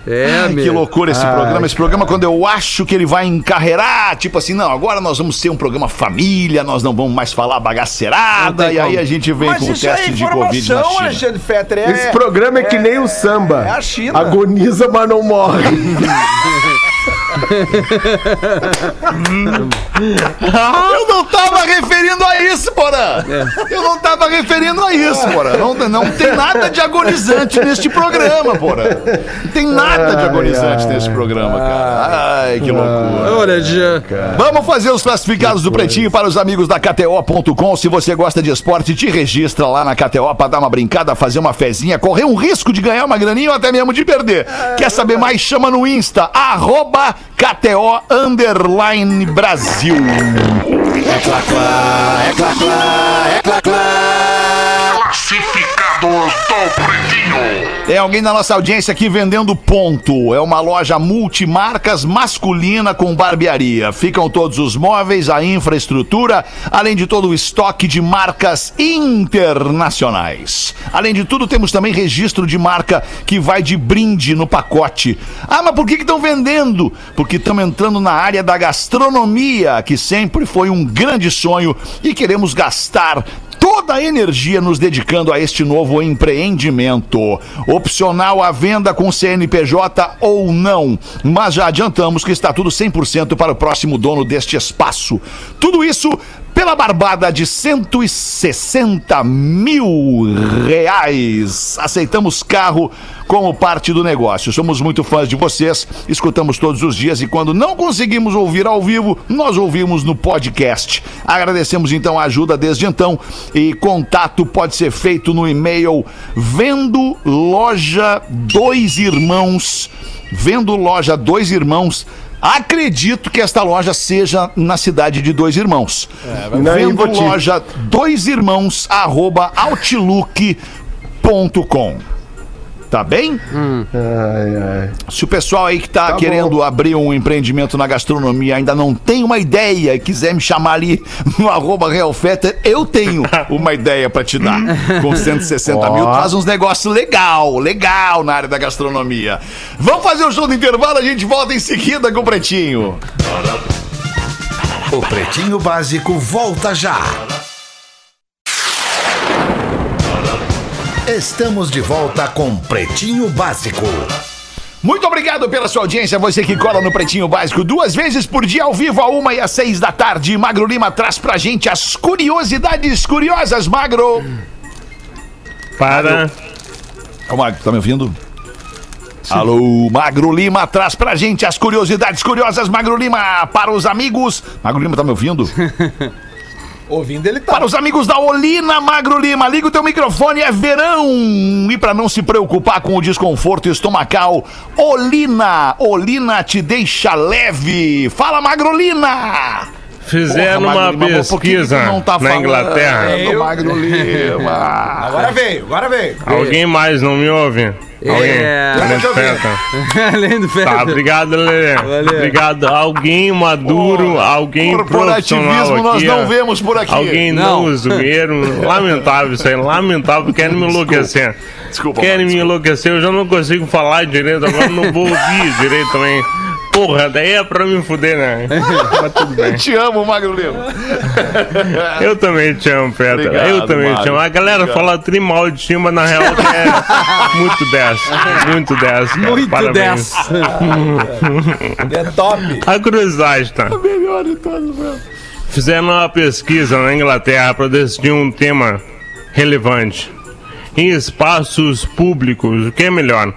S3: É,
S4: Ai, que
S3: meu.
S4: loucura esse programa. Esse programa, quando eu acho que ele vai encarreirar, tipo assim, não, agora nós vamos ser um programa família, nós não vamos mais falar bagacerada, e aí a gente vem com o teste de Covid na China.
S7: é Alexandre Fetter. É,
S5: Esse programa é que nem o samba.
S7: é a China.
S5: Agoniza, mas não morre.
S4: Eu não tava referindo a isso, Porã! Eu não tava referindo a isso, Porã. Não, não tem nada de agonizante neste programa, Porã. Não tem nada de agonizante neste programa, cara. Ai, que loucura.
S3: Ah, Olha, Jean.
S4: Vamos fazer os classificados do Pretinho para os amigos da KTO.com. Se você gosta de esporte, te registra lá na KTO para dar uma brincada, fazer uma fezinha, correr um risco de ganhar uma graninha ou até mesmo de perder. Quer saber mais? Chama no Insta, arroba KTO Underline Brasil. Tem É alguém da nossa audiência aqui vendendo ponto. É uma loja multimarcas masculina com barbearia. Ficam todos os móveis, a infraestrutura, além de todo o estoque de marcas internacionais. Além de tudo, temos também registro de marca que vai de brinde no pacote. Ah, mas por que estão vendendo? Porque estão entrando na área da gastronomia, que sempre foi um grande sonho e queremos gastar toda a energia nos dedicando a este novo empreendimento. Opcional a venda com CNPJ ou não, mas já adiantamos que está tudo 100% para o próximo dono deste espaço. Tudo isso pela barbada de 160 mil reais. Aceitamos carro como parte do negócio. Somos muito fãs de vocês, escutamos todos os dias e quando não conseguimos ouvir ao vivo, nós ouvimos no podcast. Agradecemos então a ajuda desde então e contato pode ser feito no e-mail vendo loja dois irmãos, vendo loja dois irmãos. Acredito que esta loja seja na cidade de Dois Irmãos.
S5: na
S4: vendo
S5: Ipoti.
S4: loja dois irmãos arroba outlook.com. Tá bem?
S5: Ai, ai.
S4: Se o pessoal aí que tá, querendo abrir um empreendimento na gastronomia ainda não tem uma ideia e quiser me chamar ali no arroba realfeta, eu tenho uma ideia pra te dar. Com 160 mil, tu faz uns negócios legal, legal na área da gastronomia. Vamos fazer o show do intervalo, a gente volta em seguida com o Pretinho.
S10: O Pretinho Básico volta já. Estamos de volta com Pretinho Básico.
S4: Muito obrigado pela sua audiência, você que cola no Pretinho Básico duas vezes por dia, ao vivo, a uma e às seis da tarde. Magro Lima traz pra gente as curiosidades curiosas, Magro.
S6: Para.
S4: Ô, Magro, tá me ouvindo? Alô, Magro Lima traz pra gente as curiosidades curiosas, Magro Lima, para os amigos. Magro Lima, tá me ouvindo?
S7: Ouvindo ele tá.
S4: Para os amigos da Olina, Magro Lima, liga o teu microfone, é verão! E para não se preocupar com o desconforto estomacal, Olina, Olina te deixa leve! Fala, Magrolina!
S6: Fizeram
S4: Porra,
S6: uma
S4: Magro Lima, mas por que que tu
S6: pesquisa
S4: não tá
S6: na
S4: falando,
S6: Inglaterra.
S4: Magro Lima!
S7: Agora veio, agora veio.
S6: Alguém mais não me ouve? Alguém?
S3: É.
S6: Além do
S7: Eu tô ouvindo.
S6: Feta.
S3: Além do
S6: Tá,
S3: Pedro.
S6: obrigado, Lelê. Obrigado. Alguém maduro, alguém
S4: Corporativismo
S6: profissional
S4: nós
S6: aqui,
S4: não
S6: ó.
S4: vemos por aqui.
S6: Alguém
S3: Não.
S6: não zoeiro. Lamentável isso aí, lamentável. Querem me enlouquecer.
S4: Desculpa,
S6: Querem
S4: Magro,
S6: me enlouquecer, eu já não consigo falar direito, agora não vou ouvir direito também. Porra, daí é pra me fuder, né? Mas tudo bem.
S4: Eu te amo, Magro Lima.
S6: Eu também te amo, Petra.
S4: Obrigado,
S6: eu também
S4: Mário.
S6: te amo. A galera
S4: Obrigado.
S6: fala trimal de cima, na real, é muito 10. Muito 10. cara.
S3: Muito
S6: Parabéns.
S3: 10.
S7: É top.
S6: A curiosidade, tá? Fizeram uma pesquisa na Inglaterra para decidir um tema relevante. Em espaços públicos, o que é melhor?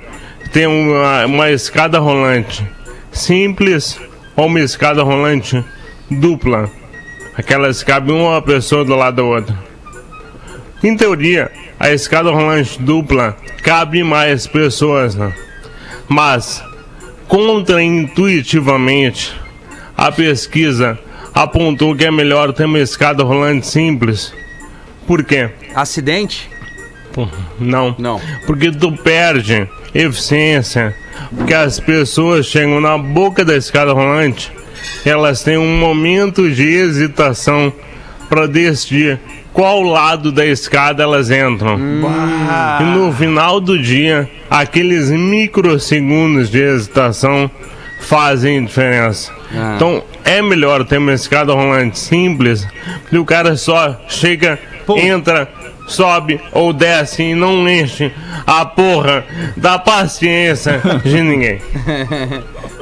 S6: Ter uma, uma escada rolante simples ou uma escada rolante dupla? Aquelas que cabem uma pessoa do lado da outra. Em teoria, a escada rolante dupla cabe mais pessoas, né? Mas, contraintuitivamente, a pesquisa apontou que é melhor ter uma escada rolante simples. Por quê?
S3: Acidente?
S6: Não.
S3: Não.
S6: Porque tu perde eficiência. Porque as pessoas chegam na boca da escada rolante, elas têm um momento de hesitação para decidir qual lado da escada elas entram. E no final do dia, aqueles microsegundos de hesitação fazem diferença. Então é melhor ter uma escada rolante simples, que o cara só chega, entra, sobe ou desce e não enche a porra da paciência de ninguém.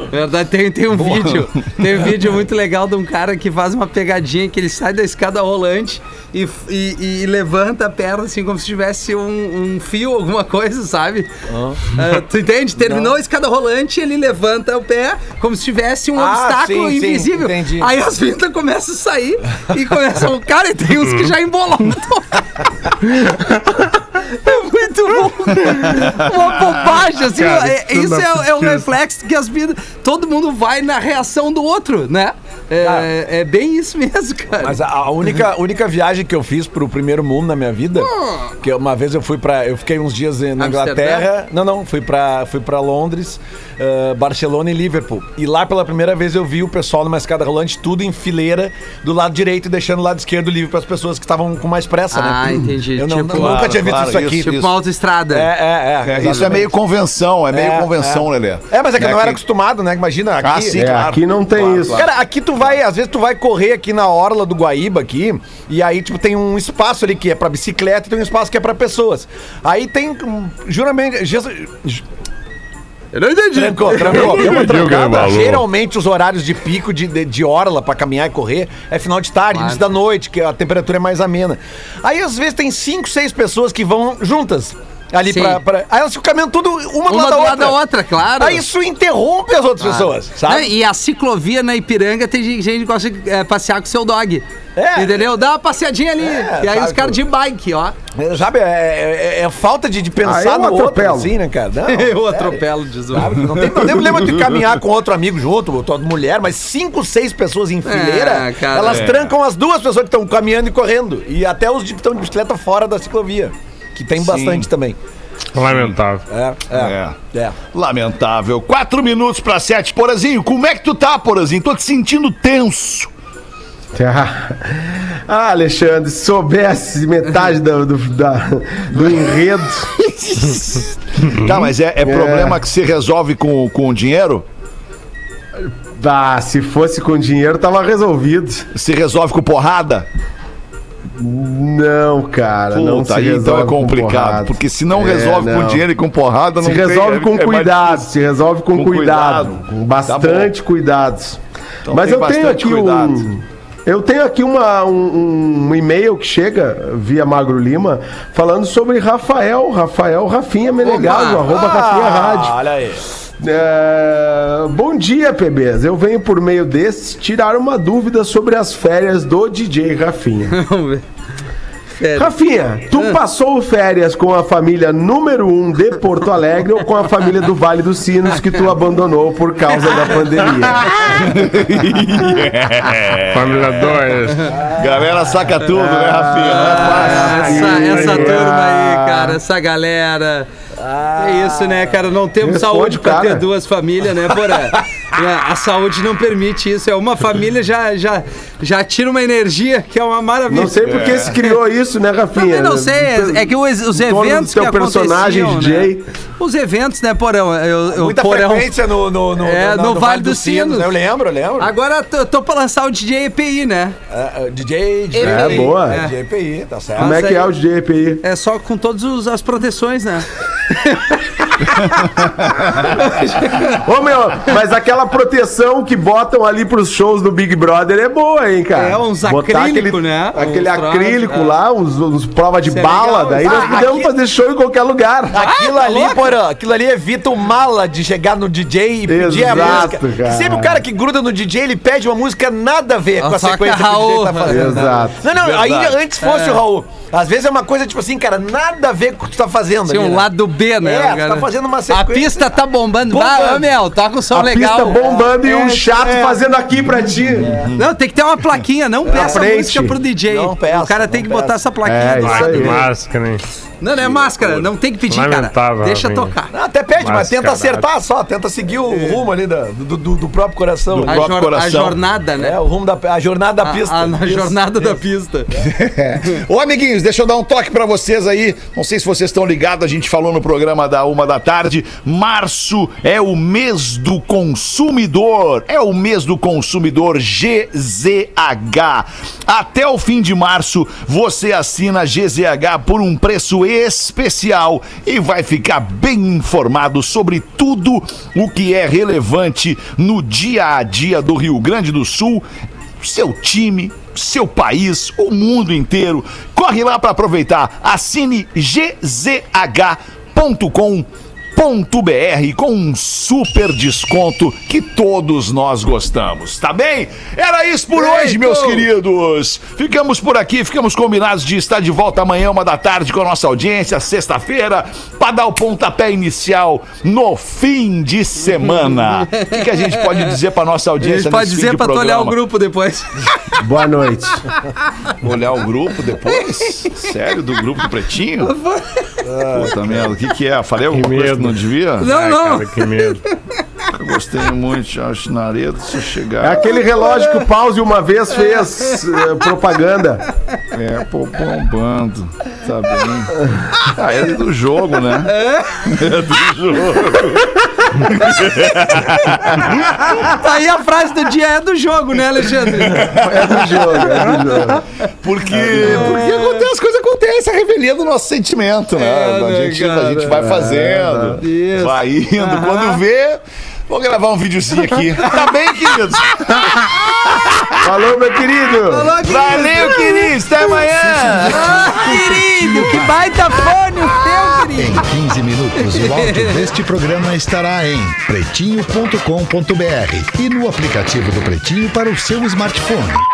S3: Na verdade, tem, tem um vídeo. Tem um vídeo muito legal de um cara que faz uma pegadinha que ele sai da escada rolante e, e- e levanta a perna assim como se tivesse um, um fio, alguma coisa, sabe? Ah, tu entende? Terminou a escada rolante, ele levanta o pé como se tivesse um
S7: Ah,
S3: obstáculo
S7: sim, sim,
S3: invisível.
S7: entendi.
S3: Aí as pintas começam a sair e começam. Cara, e tem uns que já embolando. É muito bom. Uma bobagem, assim.
S6: Cara,
S3: é-
S6: isso
S3: isso
S6: não
S3: é, é um
S6: precisa.
S3: reflexo que as vidas. Todo mundo vai na reação do outro, né? É, é bem isso mesmo, cara.
S7: Mas a, a única, única viagem que eu fiz pro primeiro mundo na minha vida, que uma vez eu fui pra. Eu fiquei uns dias em- na
S3: Hum. Amsterdã?
S7: Inglaterra. Não, não, fui pra, fui pra Londres, ah, Barcelona e Liverpool. E lá pela primeira vez eu vi o pessoal numa escada rolante, tudo em fileira, do lado direito e deixando o lado esquerdo livre pras pessoas que estavam com mais pressa,
S3: Ah,
S7: né?
S3: entendi.
S7: Eu não-
S3: Tipo-
S7: eu nunca tinha visto
S4: Claro,
S7: isso
S4: claro,
S7: aqui.
S4: isso,
S3: tipo uma autoestrada.
S7: É, é, é.
S4: Isso é meio convenção, é meio
S7: É,
S4: convenção, Lelê.
S7: É, mas é que eu
S4: Né,
S7: não era acostumado, né? Imagina, aqui.
S4: Ah, sim,
S5: É,
S4: claro.
S5: aqui não tem isso.
S7: Cara, aqui tu vai, às vezes tu vai correr aqui na orla do Guaíba aqui, e aí tipo tem um espaço ali que é pra bicicleta e tem um espaço que é pra pessoas. Aí tem hum, juramente Jesus, ju-
S3: Eu não entendi.
S7: Trancou, trancou.
S6: Eu não entendi o que ele falou.
S7: Geralmente os horários de pico de, de, de orla pra caminhar e correr é final de tarde, início da noite, que a temperatura é mais amena. Aí às vezes tem cinco, seis pessoas que vão juntas. Ali
S3: Sim.
S7: pra, pra- Aí elas ficam caminhando tudo uma, do
S3: Uma
S7: lado da
S3: do
S7: outra.
S3: lado da outra, claro.
S7: Aí isso interrompe as outras pessoas,
S3: Não,
S7: sabe?
S3: e a ciclovia na Ipiranga tem gente gente que gosta de é, passear com seu dog.
S7: É.
S3: Entendeu? Dá uma passeadinha ali. e aí
S7: sabe,
S3: os caras de bike, ó.
S7: É, Sabe, é, é- é falta de, de
S5: Ah,
S7: pensar
S5: eu
S7: no outro,
S5: atropelo.
S7: assim, né, cara? Não,
S3: Eu
S7: sério.
S3: atropelo de zoar.
S7: Sabe? Não tem, não tem problema de caminhar com outro amigo junto, tua mulher, mas cinco, seis pessoas em fileira,
S3: É, cara,
S7: elas
S3: é.
S7: trancam as duas pessoas que estão caminhando e correndo. E até os de- que estão de bicicleta fora da ciclovia. Que tem bastante também.
S6: Lamentável.
S7: É, é. é.
S4: Lamentável. Quatro minutos pra sete. Porazinho, como é que tu tá, Porazinho? Tô te sentindo tenso.
S5: Tá. Ah, Alexandre, se soubesse metade do, do, da- do enredo. Uhum.
S4: Tá, mas é, é problema que se resolve com, com o dinheiro?
S5: Ah, se fosse com dinheiro, tava resolvido.
S4: Se resolve com porrada?
S5: Não, cara. não
S4: Puta,
S5: se
S4: aí então é
S5: resolve com
S4: complicado.
S5: porrada.
S4: Porque se não
S5: É,
S4: resolve com
S5: não.
S4: dinheiro e com porrada, não
S5: Se
S4: tem-
S5: resolve
S4: é-
S5: com
S4: é mais
S5: cuidado,
S4: difícil.
S5: se resolve com,
S4: Com
S5: cuidado,
S4: cuidado. Tá
S5: com bastante cuidado.
S4: Então
S5: Mas
S4: tem
S5: eu tenho
S4: bastante
S5: aqui
S4: cuidado.
S5: um eu tenho aqui uma, um, um e-mail que chega via Magro Lima falando sobre Rafael, Rafael Rafinha Menegaso, arroba
S4: Ah,
S5: Rafinha Rádio.
S7: Ah, Olha aí.
S5: É, Bom dia, PBs. Eu venho por meio desse tirar uma dúvida sobre as férias do DJ Rafinha.
S3: Vamos ver. Sério.
S5: Rafinha, tu
S3: Ah.
S5: passou férias com a família número um de Porto Alegre ou com a família do Vale dos Sinos que tu abandonou por causa da pandemia?
S6: Família 2.
S4: É. Galera saca tudo, né, Rafinha? Não é fácil.
S3: Essa, essa
S5: Ah.
S3: turma aí, cara, essa galera.
S7: Ah.
S3: É isso, né, cara? Não temos
S5: Responde,
S3: saúde pra
S5: cara.
S3: ter duas famílias, né, Porã? É, A saúde não permite isso. É uma família já, já, já tira uma energia que é uma maravilha.
S5: Não sei por que se criou isso, né, Rafinha?
S3: Também não sei, é- é que os, os
S5: Em torno do
S3: eventos que
S5: teu personagem,
S3: aconteciam,
S5: DJ.
S3: né? Os eventos, né, Porão? Eu, eu,
S7: Muita
S3: porão.
S7: frequência no, no, no,
S3: É, no Vale dos Sinos.
S7: né? Eu lembro, eu lembro.
S3: Agora eu tô, tô pra lançar o DJ EPI, né?
S7: É, é, DJ, DJ,
S5: É,
S3: EPI,
S5: boa.
S7: DJ EPI, tá certo.
S5: Como é que é o DJ EPI?
S3: É só com todas as proteções, né?
S5: Ô, meu, mas aquela proteção que botam ali pros shows do Big Brother é boa, hein, cara?
S3: É, uns
S5: Botar
S3: acrílico,
S5: aquele,
S3: né?
S5: Aquele
S3: Uns troços,
S5: acrílico
S3: é.
S5: lá, uns, uns prova de
S3: Isso é
S5: bala,
S3: legal,
S5: daí
S3: isso.
S5: nós
S3: Ah,
S5: podemos
S7: aqui-
S5: fazer show em qualquer lugar.
S7: Aquilo
S3: tá
S7: ali,
S3: louco?
S7: porã, aquilo ali evita o mala de chegar no DJ e pedir a
S5: Exato,
S7: música. Que
S5: cara.
S7: Sempre o cara que gruda no DJ, ele pede uma música nada a ver com a
S3: Ah, Só que
S7: sequência que o
S3: Raul, né?
S7: DJ tá fazendo.
S5: Exato.
S7: Não, não, ainda antes fosse o Raul. Às vezes é uma coisa, tipo assim, cara, nada a ver com o que tu tá fazendo.
S3: Tem
S7: ali,
S3: um
S7: né?
S3: lado B, né?
S7: É, tu tá
S3: cara?
S7: fazendo uma
S3: A
S7: sequência-
S3: pista tá bombando.
S7: Bombando.
S3: Bah, ô, meu, tá com som
S5: A
S3: legal.
S5: pista bombando e
S3: É,
S5: um chato
S3: é.
S5: fazendo aqui pra ti.
S3: Não, tem que ter uma plaquinha. Não peça
S5: frente.
S3: música pro DJ.
S7: Não peça,
S3: o cara
S7: não
S3: tem que
S7: peça.
S3: botar essa plaquinha
S5: É,
S3: do
S5: isso
S3: lado.
S5: aí.
S6: Máscara, hein?
S3: Não, não é máscara. Não tem que pedir, cara.
S6: Lamentável,
S3: Deixa
S6: amigo.
S3: tocar.
S7: Não, até pede, mas,
S6: Mas,
S7: tenta
S6: caralho.
S7: acertar só, tenta seguir o rumo ali da- do, do- do próprio coração.
S3: A,
S7: ali.
S4: próprio
S3: jor- a
S4: coração.
S3: jornada, né?
S7: É, o rumo da a jornada da
S3: A-
S7: pista.
S3: a, na
S7: Isso.
S3: jornada da pista.
S4: Ô, amiguinhos, deixa eu dar um toque pra vocês aí. Não sei se vocês estão ligados, a gente falou no programa da uma da tarde. Março é o mês do consumidor. É o mês do consumidor GZH. Até o fim de março, você assina a GZH por um preço especial e vai ficar bem informado sobre tudo o que é relevante no dia a dia do Rio Grande do Sul seu time, seu país, o mundo inteiro. Corre lá para aproveitar. Assine gzh.com.br com um super desconto que todos nós gostamos, tá bem? Era isso por hoje, meus queridos. Ficamos por aqui, ficamos combinados de estar de volta amanhã, uma da tarde, com a nossa audiência, sexta-feira, para dar o pontapé inicial no fim de semana. O que, que a gente pode dizer para nossa
S3: A
S4: audiência?
S3: gente pode
S4: nesse fim
S3: dizer
S4: de
S3: pra tu olhar o
S4: programa?
S3: grupo depois.
S5: É, Boa noite.
S4: Olhar o grupo depois? Sério, do grupo do Pretinho? Puta merda, o que que é? Falei alguma
S6: Que
S4: coisa que
S6: medo.
S4: não devia?
S3: Não,
S6: Ai,
S3: não.
S6: cara, que medo.
S4: Eu gostei muito de Alchinaredo, se eu
S5: É
S4: chegar...
S5: aquele relógio que o Pause uma vez fez eh, propaganda.
S4: É, pô, bombando. Tá bem. Ah, é do jogo, né?
S3: É? Tá aí a frase do dia é do jogo, né, Alexandre?
S5: É do jogo, é do jogo.
S3: É
S4: Porque, porque acontece, as coisas acontecem. tem essa revelia do nosso sentimento, né?
S3: É,
S4: a,
S3: né,
S4: gente, a
S3: cara?
S4: gente vai fazendo,
S3: né? Isso.
S4: vai indo. Quando vê, vou gravar um videozinho aqui. Tá bem, queridos?
S5: Falou, meu querido.
S3: Falou, querido.
S4: Valeu, queridos. Até amanhã.
S3: Ah, querido, que baita fone o teu, querido.
S10: Em 15 minutos, o áudio deste programa estará em pretinho.com.br e no aplicativo do Pretinho para o seu smartphone.